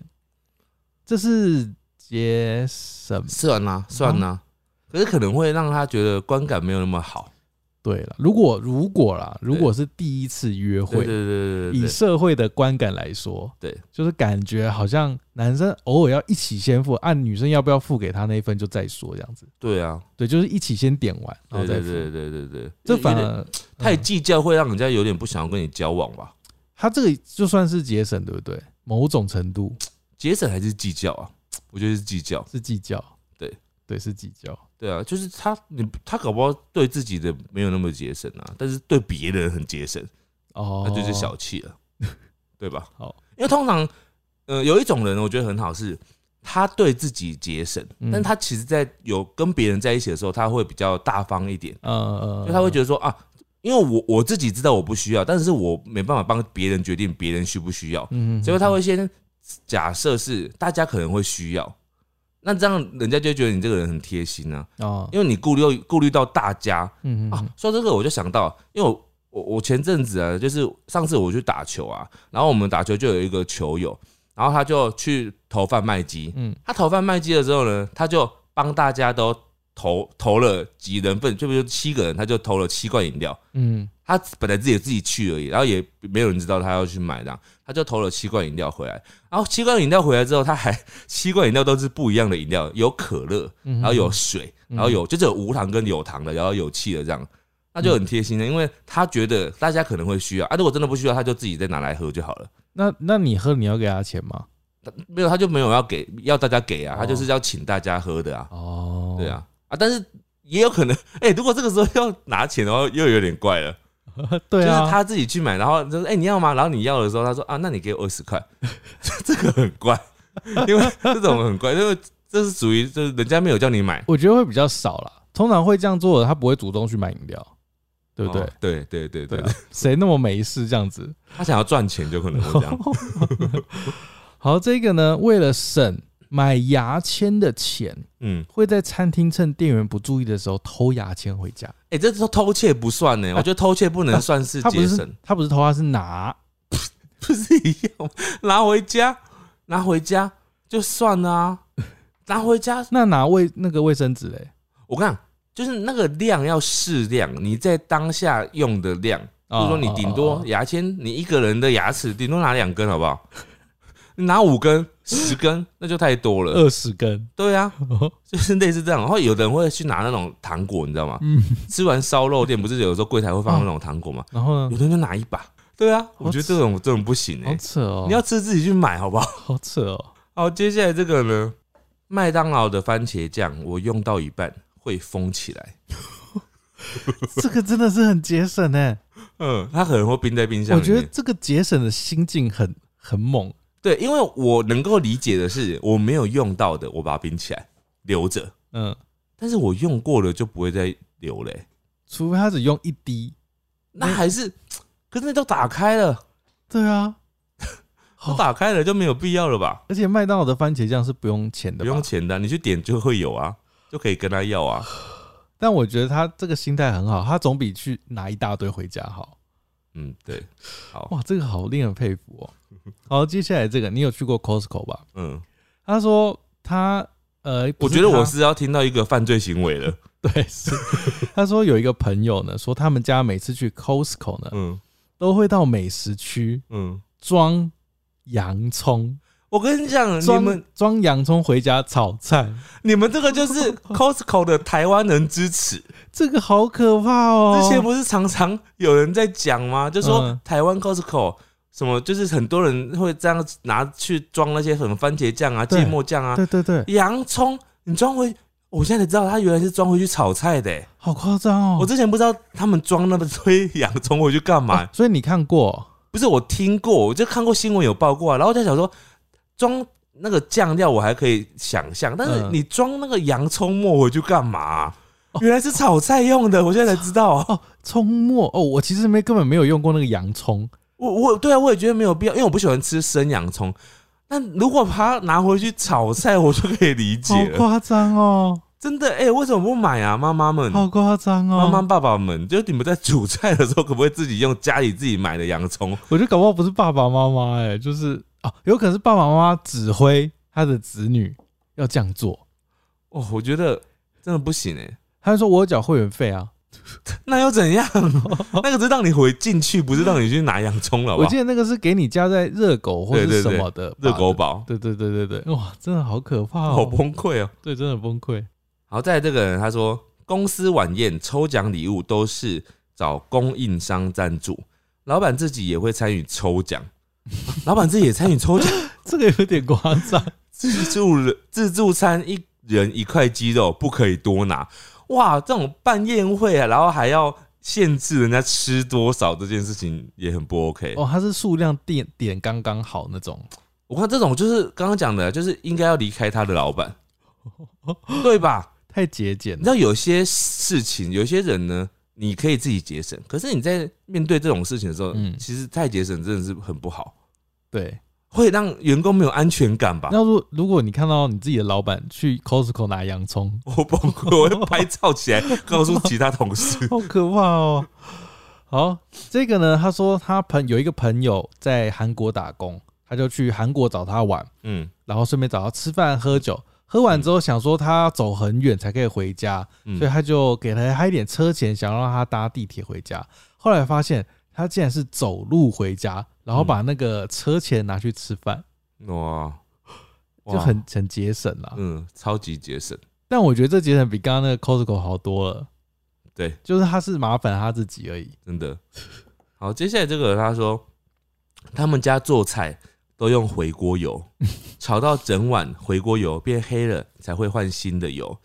A: 这是节省。
B: 算
A: 啊
B: 啦算啦，啊可是可能会让他觉得观感没有那么好。
A: 对了，如果如果啦，如果是第一次约
B: 对对
A: 会，
B: 对对对
A: 以
B: 对，
A: 社会的观感来说，
B: 对，
A: 就是感觉好像男生偶尔要一起先付，按、女生要不要付给他那一份就再说这样子。
B: 对啊，
A: 对，就是一起先点完，然
B: 对
A: 后再
B: 对
A: 付。
B: 对对对对，
A: 这
B: 有
A: 反
B: 点
A: 而
B: 太
A: 嗯
B: 计较会让人家有点不想要跟你交往吧？
A: 他这个就算是节省，对不对？某种程度
B: 节省还是计较啊？我觉得是计较。
A: 是计较，
B: 对
A: 对是计较，
B: 对啊，就是他你他搞不好对自己的没有那么节省啊，但是对别人很节省，
A: 哦，
B: 那就是小气了，对吧？
A: 好，
B: 因为通常，呃，有一种人我觉得很好是。他对自己节省，
A: 嗯
B: 但他其实，在有跟别人在一起的时候，他会比较大方一点，
A: 呃，
B: 就他会觉
A: 得
B: 得说啊，因为我我自己知道我不需要，但是我没办法帮别人决定别人需不需要，
A: 嗯
B: 结果他会先假设是大家可能会需要，那这样人家就会觉得你这个人很贴心啊，
A: 哦，
B: 因为你顾虑顾虑到大家
A: 嗯嗯
B: 啊
A: 嗯。
B: 说到这个我就想到，因为我我我前阵子啊，就是上次我去打球啊，然后我们打球就有一个球友，然后他就去投贩卖机，
A: 嗯
B: 他投贩卖机了之后呢，他就帮大家都投投了几人份，就比如七个人，他就投了七罐饮料。
A: 嗯
B: 他本来自己自己去而已，然后也没有人知道他要去买的，他就投了七罐饮料回来。然后七罐饮料回来之后，他还 七罐饮料都是不一样的饮料，有可乐，
A: 嗯，
B: 然后有水，
A: 嗯
B: 然后有就是有无糖跟有糖的，然后有气的这样，那就很贴心的，因为他觉得大家可能会需要啊，如果真的不需要，他就自己再拿来喝就好了。
A: 那那你喝你要给他钱吗？
B: 他没有，他就没有要给要大家给啊，
A: 哦
B: 他就是要请大家喝的啊，
A: 哦，
B: 对，啊啊，但是也有可能，哎，如果这个时候 要拿钱的话，又有点怪了。
A: 对
B: 就是
A: 啊，
B: 他自己去买，然后就是哎、你要吗？然后你要的时候，他说啊，那你给我二十块， 这个很怪，因为这种很怪，因为这是属于就是人家没有叫你买，
A: 我觉得会比较少啦。通常会这样做的，他不会主动去买饮料，对不对
B: 哦？对对对
A: 对
B: 对
A: 啊，谁那么没事这样子？
B: 他想要赚钱就可能会 这样，
A: 好，这个呢，为了省买牙签的钱，
B: 嗯，
A: 会在餐厅趁店员不注意的时候偷牙签回家。
B: 哎、这偷偷窃不算呢，我觉得偷窃不能算是
A: 啊他不
B: 节
A: 是
B: 省，
A: 他不是偷，他是拿。
B: 不是一样吗？ 拿回家，拿回家就算了啊，拿回家，
A: 那拿卫那个卫生纸嘞？
B: 我跟你讲，就是那个量要适量，你在当下用的量。
A: 哦
B: 比如说你顶
A: 哦
B: 多
A: 哦
B: 牙签，你一个人的牙齿顶多拿两根，好不好？ 你拿五根、十根，那就太多了。
A: 二十根，
B: 对 啊，就是类似这样。然后有的人会去拿那种糖果，你知道吗？
A: 嗯，
B: 吃完烧肉店不是有时候柜台会放那种糖果吗？
A: 然后
B: 有
A: 呢？
B: 的人就拿一把。对啊，我觉得这种这种不行
A: 好
B: 哎，
A: 扯嗯哦，
B: 你要吃自己去买，好不好？
A: 好扯 哦，
B: 好，接下来这个呢，麦当劳的番茄酱我用到一半会封起来，
A: 这个真的是很节省哎。
B: 嗯，它可能会冰在冰箱
A: 我
B: 里
A: 觉得
B: 面。
A: 这个节省的心境很很猛
B: 对，因为我能够理解的是，我没有用到的，我把它冰起来留着，
A: 嗯，
B: 但是我用过了就不会再留嘞、
A: 除非他只用一滴。
B: 那还是，可是那都打开了，
A: 对啊，哦
B: 都打开了就没有必要了吧？
A: 而且麦当劳的番茄酱是不用钱的
B: 不
A: 吧，
B: 用钱的，你去点就会有啊，就可以跟他要啊。
A: 但我觉得他这个心态很好，他总比去拿一大堆回家好。
B: 嗯，对，好，
A: 哇，这个好令人佩服哦。好，接下来这个你有去过 Costco 吧？
B: 嗯，
A: 他说他呃，不
B: 我
A: 是
B: 觉得
A: 他
B: 我是要听到一个犯罪行为了。
A: 对是，他说有一个朋友呢，说他们家每次去 Costco 呢，
B: 嗯
A: 都会到美食区
B: 嗯，
A: 装洋葱，
B: 我跟你讲，你
A: 装
B: 们
A: 装洋葱回家炒菜，
B: 你们这个就是 Costco 的台湾人支持。
A: 这个好可怕哦。
B: 之前不是常常有人在讲吗？就说
A: 嗯
B: 台湾 Costco 什么，就是很多人会这样拿去装那些很番茄酱啊、
A: 对
B: 芥末酱啊、
A: 对对对，
B: 洋葱，你装回。我现在才知道，它原来是装回去炒菜的欸、
A: 好夸张哦。
B: 我之前不知道他们装那么堆洋葱回去干嘛、
A: 哦所以你看过
B: 不是我听过，我就看过新闻有报过啊，然后我在想说装那个酱料我还可以想象，但是
A: 嗯
B: 你装那个洋葱末回去干嘛啊、原来是炒菜用的，我现在才知道啊。
A: 哦，葱末哦，我其实没根本没有用过那个洋葱，
B: 我我对啊，我也觉得没有必要，因为我不喜欢吃生洋葱。但如果把它拿回去炒菜，我就可以理
A: 好
B: 解了。
A: 夸张哦，
B: 真的，哎、为什么不买啊，妈妈们？
A: 好夸张
B: 妈
A: 哦。
B: 妈爸爸们，就你们在煮菜的时候，可不可以自己用家里自己买的洋葱？
A: 我觉得搞不好不是爸爸妈妈，哎，就是哦，有可能是爸爸妈妈指挥他的子女要这样做。
B: 哦，我觉得真的不行哎、
A: 他就说：“我有缴会员费啊。
B: 那又怎样？ 那个是让你回进去，不是让你去拿洋葱了，”好不
A: 我
B: 好
A: 记？得那个是给你加在热狗或者
B: 对对
A: 是
B: 对
A: 什么的吧
B: 热狗。堡，
A: 对对对对对，哇，真的好可怕
B: 好
A: 哦！
B: 崩溃哦。
A: 对，真的很崩溃。
B: 好，在这个人他说，公司晚宴抽奖礼物都是找供应商赞助，老板自己也会参与抽奖， 老板自己也参与抽奖，
A: 这个有点夸张，
B: 自助人自助餐一人一块鸡肉不可以多拿，哇，这种办宴会啊，然后还要限制人家吃多少，这件事情也很不 OK。
A: 哦，它是数量点点刚刚好那种，
B: 我看这种就是刚刚讲的，就是应该要离开他的老板，对吧？
A: 太节俭
B: 你
A: 了。
B: 知道有些事情，有些人呢，你可以自己节省，可是你在面对这种事情的时候，
A: 嗯
B: 其实太节省真的是很不好，
A: 对，
B: 会让员工没有安全感吧？
A: 那如果如果你看到你自己的老板去 Costco 拿洋葱，
B: 我崩溃，我会拍照起来告诉其他 同事。
A: 好可怕哦！好，这个呢，他说他朋有一个朋友在韩国打工，他就去韩国找他玩，
B: 嗯
A: 然后顺便找他吃饭喝酒。喝完之后想说他要走很远才可以回家，所以
B: 嗯，
A: 他就给了他一点车钱，想让他搭地铁回家。后来发现他竟然是走路回家，然后把那个车钱拿去吃饭，
B: 哇，
A: 就很很节省啦
B: 哇。嗯，超级节省。
A: 但我觉得这节省比刚刚那个 Costco 好多了。
B: 对，
A: 就是他是麻烦他自己而已。
B: 真的。好，接下来这个他说，他们家做菜都用回锅油，炒到整碗回锅油变黑了才会换新的油，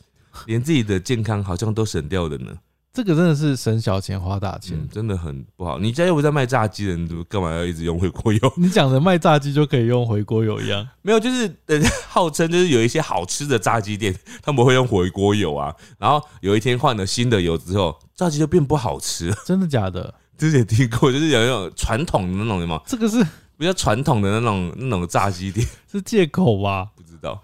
B: 连自己的健康好像都省掉了呢。
A: 这个真的是省小钱花大钱。
B: 嗯，真的很不好。你家又不是在卖炸鸡的，你怎么干嘛要一直用回锅油？
A: 你讲的卖炸鸡就可以用回锅油一样，
B: 没有，就是 人家号称就是有一些好吃的炸鸡店，他们会用回锅油啊。然后有一天换了新的油之后，炸鸡就变不好吃了。
A: 真的假的？
B: 之前听过，就是有那种传统的那种什么
A: 这个是
B: 比较传统的那种那种炸鸡店，
A: 是借口吧？
B: 不知道。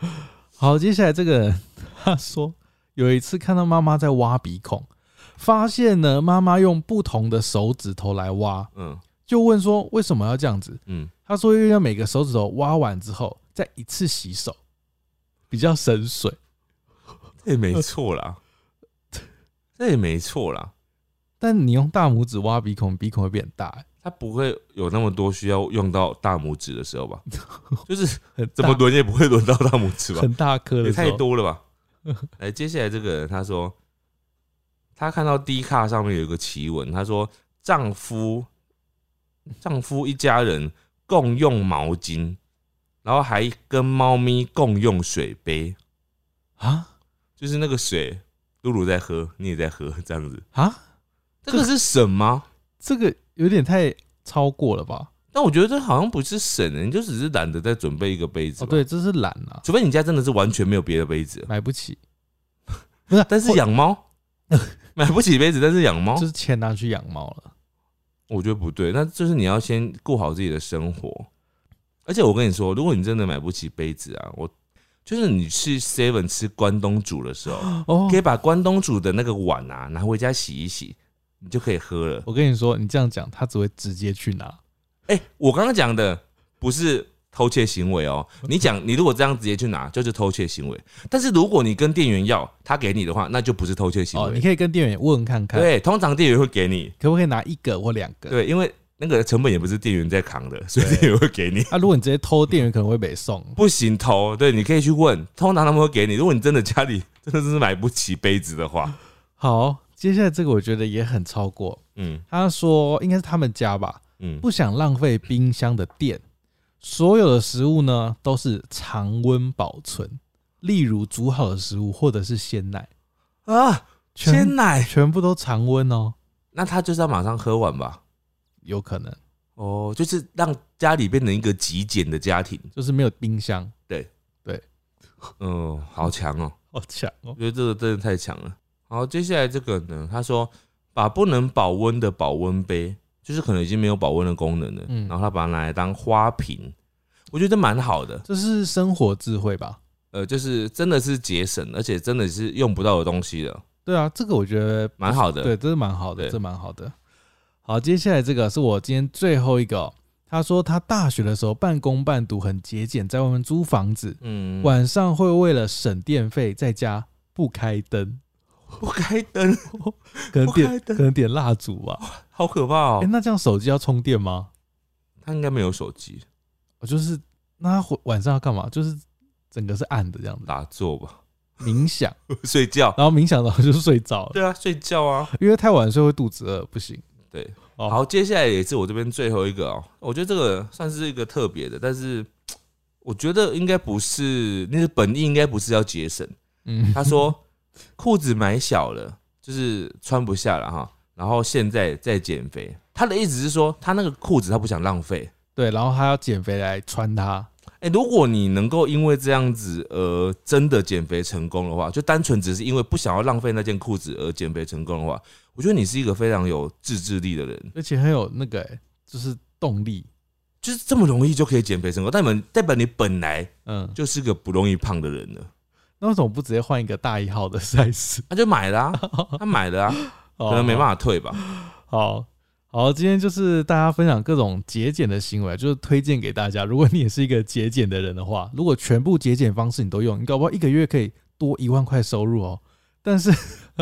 A: 好，接下来这个 人他说，有一次看到妈妈在挖鼻孔，发现呢妈妈用不同的手指头来挖，
B: 嗯
A: 就问说为什么要这样子？
B: 嗯，
A: 他说因为要每个手指头挖完之后再一次洗手，比较省水。
B: 这也没错啦， 这也没错啦。
A: 但你用大拇指挖鼻孔，鼻孔会变大、欸，
B: 它不会有那么多需要用到大拇指的时 候吧？就是
A: 很
B: 怎么
A: 大
B: 轮也不会轮到大拇指 吧？
A: 很大颗
B: 也
A: 的时候
B: 太多了吧？ 来，接下来这个人他说，他看到 D 卡上面有一个奇闻，他说丈夫丈夫一家人共用毛巾，然后还跟猫咪共用水杯，
A: 啊
B: 就是那个水，露露在喝，你也在喝， 这样子，
A: 啊！
B: 这个是省吗？
A: 这个有点太超过了吧？
B: 但我觉得这好像不是省的，你就只是懒得再准备一个杯子。
A: 哦，，对，这是懒啊，
B: 除非你家真的是完全没有别的杯子，
A: 买不起。不是，
B: 但是
A: 或
B: 养猫买不起杯子，但是养猫
A: 就，是钱拿去养猫了。
B: 我觉得不对。那就是你要先顾好自己的生活。而且我跟你说，如果你真的买不起杯子啊，我就是你去 Seven 吃关东煮的 时候，
A: 哦
B: 可以把关东煮的那个碗啊拿回家洗一洗，你就可以喝了。
A: 我跟你说，你这样讲，他只会直接去拿。
B: 哎、我刚刚讲的不是偷窃行为 哦，你讲你如果这样直接去拿，就是偷窃行为。但是如果你跟店员要，他给你的话，那就不是偷窃行
A: 哦，
B: 为。
A: 你可以跟店员问看看，
B: 对，通常店员会给你，
A: 可不可以拿一个或两个？
B: 对，因为那个成本也不是店员在扛的，所以店员会给你。
A: 啊，如果你直接偷，店员可能会被送。
B: 不行偷，对，你可以去问，通常他们会给你。如果你真的家里 真的是买不起杯子的话，
A: 好，接下来这个我觉得也很超过。
B: 嗯
A: 他说应该是他们家吧，
B: 嗯，
A: 不想浪费冰箱的电，所有的食物呢都是常温保存，例如煮好的食物或者是鲜奶，
B: 啊，
A: 全
B: 鲜奶，
A: 全部都常温哦，
B: 那他就是要马上喝完吧？
A: 有可能
B: 哦，就是让家里变成一个极简的家庭。
A: 就是没有冰箱，
B: 嗯，好强哦，
A: 好强哦
B: 我，觉得这个真的太强了。好，接下来这个呢，他说把不能保温的保温杯，就是可能已经没有保温的功能了，
A: 嗯
B: 然后他把它拿来当花瓶，我觉得蛮好的。
A: 这是生活智慧吧？
B: 呃，就是真的是节省，而且真的是用不到的东西了，
A: 对啊，这个我觉得
B: 蛮好的。
A: 对，这是蛮好的，
B: 对
A: 这蛮好的。好，接下来这个是我今天最后一个哦、他说他大学的时候半工半读，很节俭，在外面租房子，
B: 嗯，
A: 晚上会为了省电费，在家不开灯，
B: 不开灯，
A: 可 能
B: 不开
A: 点可
B: 灯
A: 能点蜡烛吧。
B: 好可怕哦、
A: 哎、那这样手机要充电吗？
B: 他应该没有手机，
A: 我就是那他晚上要干嘛？就是整个是暗的这样子，
B: 打坐吧，
A: 冥想，
B: 睡觉。
A: 然后冥想然后就睡着了，
B: 对啊，睡觉啊。
A: 因为太晚睡会肚子饿，不行。
B: 对，
A: 哦
B: 好，接下来也是我这边最后一个哦、我觉得这个算是一个特别的，但是我觉得应该不是，那个本意应该不是要节省。
A: 嗯，
B: 他说裤子买小了，就是穿不下了哈，然后现在在减肥。他的意思是说，他那个裤子他不想浪费。
A: 对，然后他要减肥来穿它，
B: 哎、如果你能够因为这样子而真的减肥成功的话，就单纯只是因为不想要浪费那件裤子而减肥成功的话，我觉得你是一个非常有自制力的人，
A: 而且很有那个、欸就是动力。
B: 就是这么容易就可以减肥成功，代表代表你本来
A: 嗯，
B: 就是个不容易胖的人了。
A: 那为什么不直接换一个大一号的 size？
B: 他就买了、 啊，他买了啊， 可能没办
A: 法。
B: 法退
A: 哦
B: 吧。
A: 好好，今天就是大家分享各种节俭的行为，就是推荐给大家。如果你也是一个节俭的人的话，如果全部节俭方式你都用，你搞不好一个月可以多一万块收入哦。但是，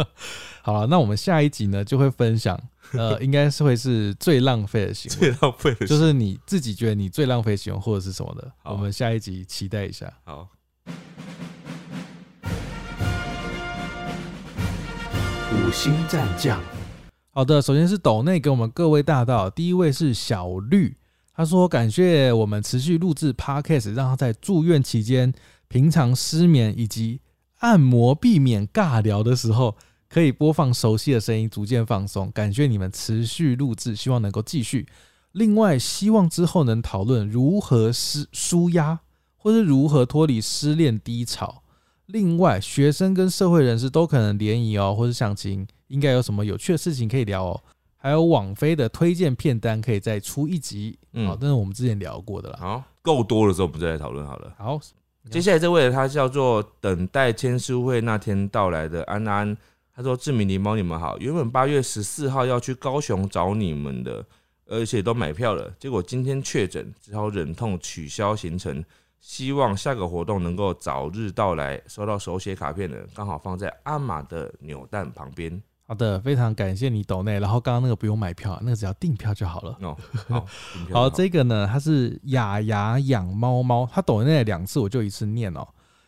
A: 好了，那我们下一集呢就会分享，呃，应该是会是最浪费的行 为，
B: 最浪费的
A: 就是是你自己觉得你最浪费的行为或者是什么的。
B: 好
A: 我们下一集期待一下。
B: 好。
C: 五星战将。
A: 好的，首先是斗内给我们各位大道，第一位是小绿，他说感谢我们持续录制 podcast，让他在住院期间、平常失眠以及按摩避免尬聊的时候，可以播放熟悉的声音，逐渐放松。感谢你们持续录制，希望能够继续。另外，希望之后能讨论如何失舒压，或是如何脱离失恋低潮。另外，学生跟社会人士都可能联谊哦，或是相亲，应该有什么有趣的事情可以聊哦。还有网飞的推荐片单，可以再出一集。哦
B: 嗯
A: 好，但是我们之前聊过的啦。
B: 好，够多的时候我们再来讨论好了。
A: 好，
B: 接下来这位他叫做等待签书会那天到来的安安，他说：“志明狸猫，你们好，原本八月十四号要去高雄找你们的，而且都买票了，结果今天确诊，只好忍痛取消行程。希望下个活动能够早日到来，收到手写卡片的刚好放在阿玛的扭蛋旁边
A: 好的，非常感谢你抖内。然后刚刚那个不用买票，那个只要订票就好了。
B: 哦。 好，订票
A: 好，
B: 就
A: 这个呢，它是雅雅养猫猫，它抖内两次，我就一次念哦。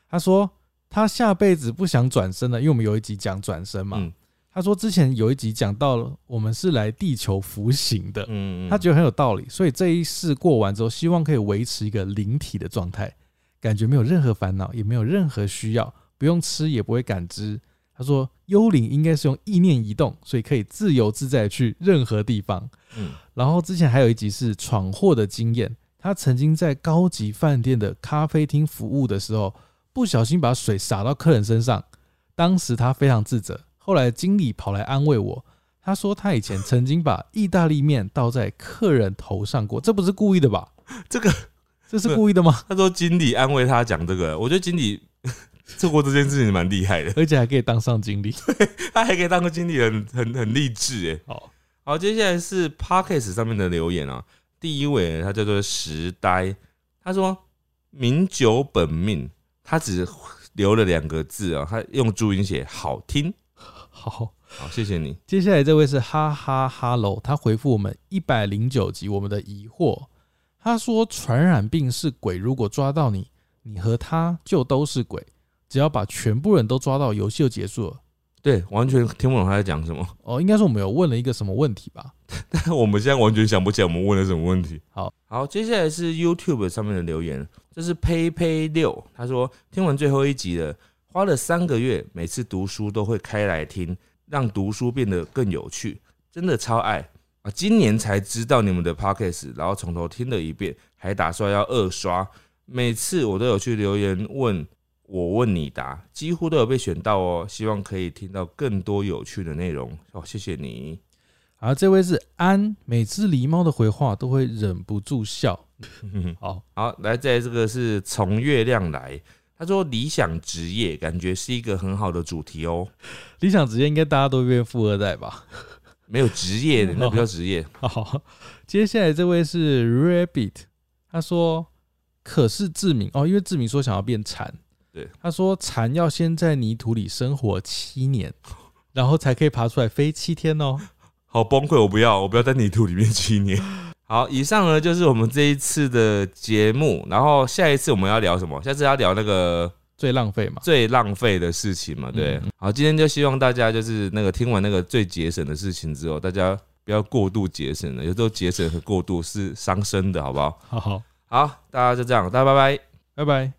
A: 他说他下辈子不想转身了，因为我们有一集讲转身嘛。
B: 嗯
A: 他说之前有一集讲到了，我们是来地球服刑的，
B: 嗯，
A: 他觉得很有道理，所以这一世过完之后，希望可以维持一个灵体的状态，感觉没有任何烦恼，也没有任何需要，不用吃也不会感知。他说，幽灵应该是用意念移动，所以可以自由自在地去任何地方。
B: 嗯
A: 然后之前还有一集是闯祸的经验，他曾经在高级饭店的咖啡厅服务的时候，不小心把水洒到客人身上，当时他非常自责。后来经理跑来安慰我，他说他以前曾经把意大利面倒在客人头上过，这不是故意的吧？
B: 这个
A: 这是故意的吗？
B: 他说经理安慰他讲这个，我觉得经理 做过这件事情蛮厉害的，
A: 而且还可以当上经理。
B: 他还可以当个经理很很很励志哎。
A: 好，
B: 好，接下来是 Pockets 上面的留言啊，第一位他叫做石呆，他说“名酒本命”，他只留了两个字啊，他用注音写“好听
A: 好，”。
B: 好，谢谢你。
A: 接下来这位是哈哈哈喽，他回复我们一百零九集我们的疑惑，他说传染病是鬼，如果抓到你，你和他就都是鬼，只要把全部人都抓到，游戏就结束了。
B: 对，完全听不懂他在讲什么，
A: 哦，应该说我们有问了一个什么问题吧？
B: 但 我们现在完全想不起来我们问了什么问题。
A: 好，
B: 好，接下来是 YouTube 上面的留言，这是呸呸六，他说听完最后一集了，花了三个月，每次读书都会开来听，让读书变得更有趣，真的超爱啊！今年才知道你们的 Podcast，然后从头听了一遍，还打算要二刷，每次我都有去留言问。我问你答，几乎都有被选到哦。希望可以听到更多有趣的内容哦，谢谢你。
A: 而啊这位是安，每次狸猫的回话都会忍不住笑。哦好，
B: 好，来，再来这个是从月亮来，他说理想职业，感觉是一个很好的主题哦。
A: 理想职业应该大家都变富二代吧？
B: 没有职 业的，那不叫职业。
A: 好，接下来这位是 Rabbit，他说：“可是志明哦，因为志明说想要变蝉，
B: 对，
A: 他说蝉要先在泥土里生活七年，然后才可以爬出来飞七天哦。
B: 好崩溃，我不要，我不要在泥土里面七年。 好，以上呢就是我们这一次的节目，然后下一次我们要聊什么？下次要聊那个
A: 最浪费嘛，
B: 最浪费的事情嘛，对。
A: 嗯
B: 好，今天就希望大家就是那个听完那个最节省的事情之后，大家不要过度节省了，有时候节省和过度是伤身的，好不好？
A: 好好，
B: 好，大家就这样，大家拜拜。
A: 拜拜。”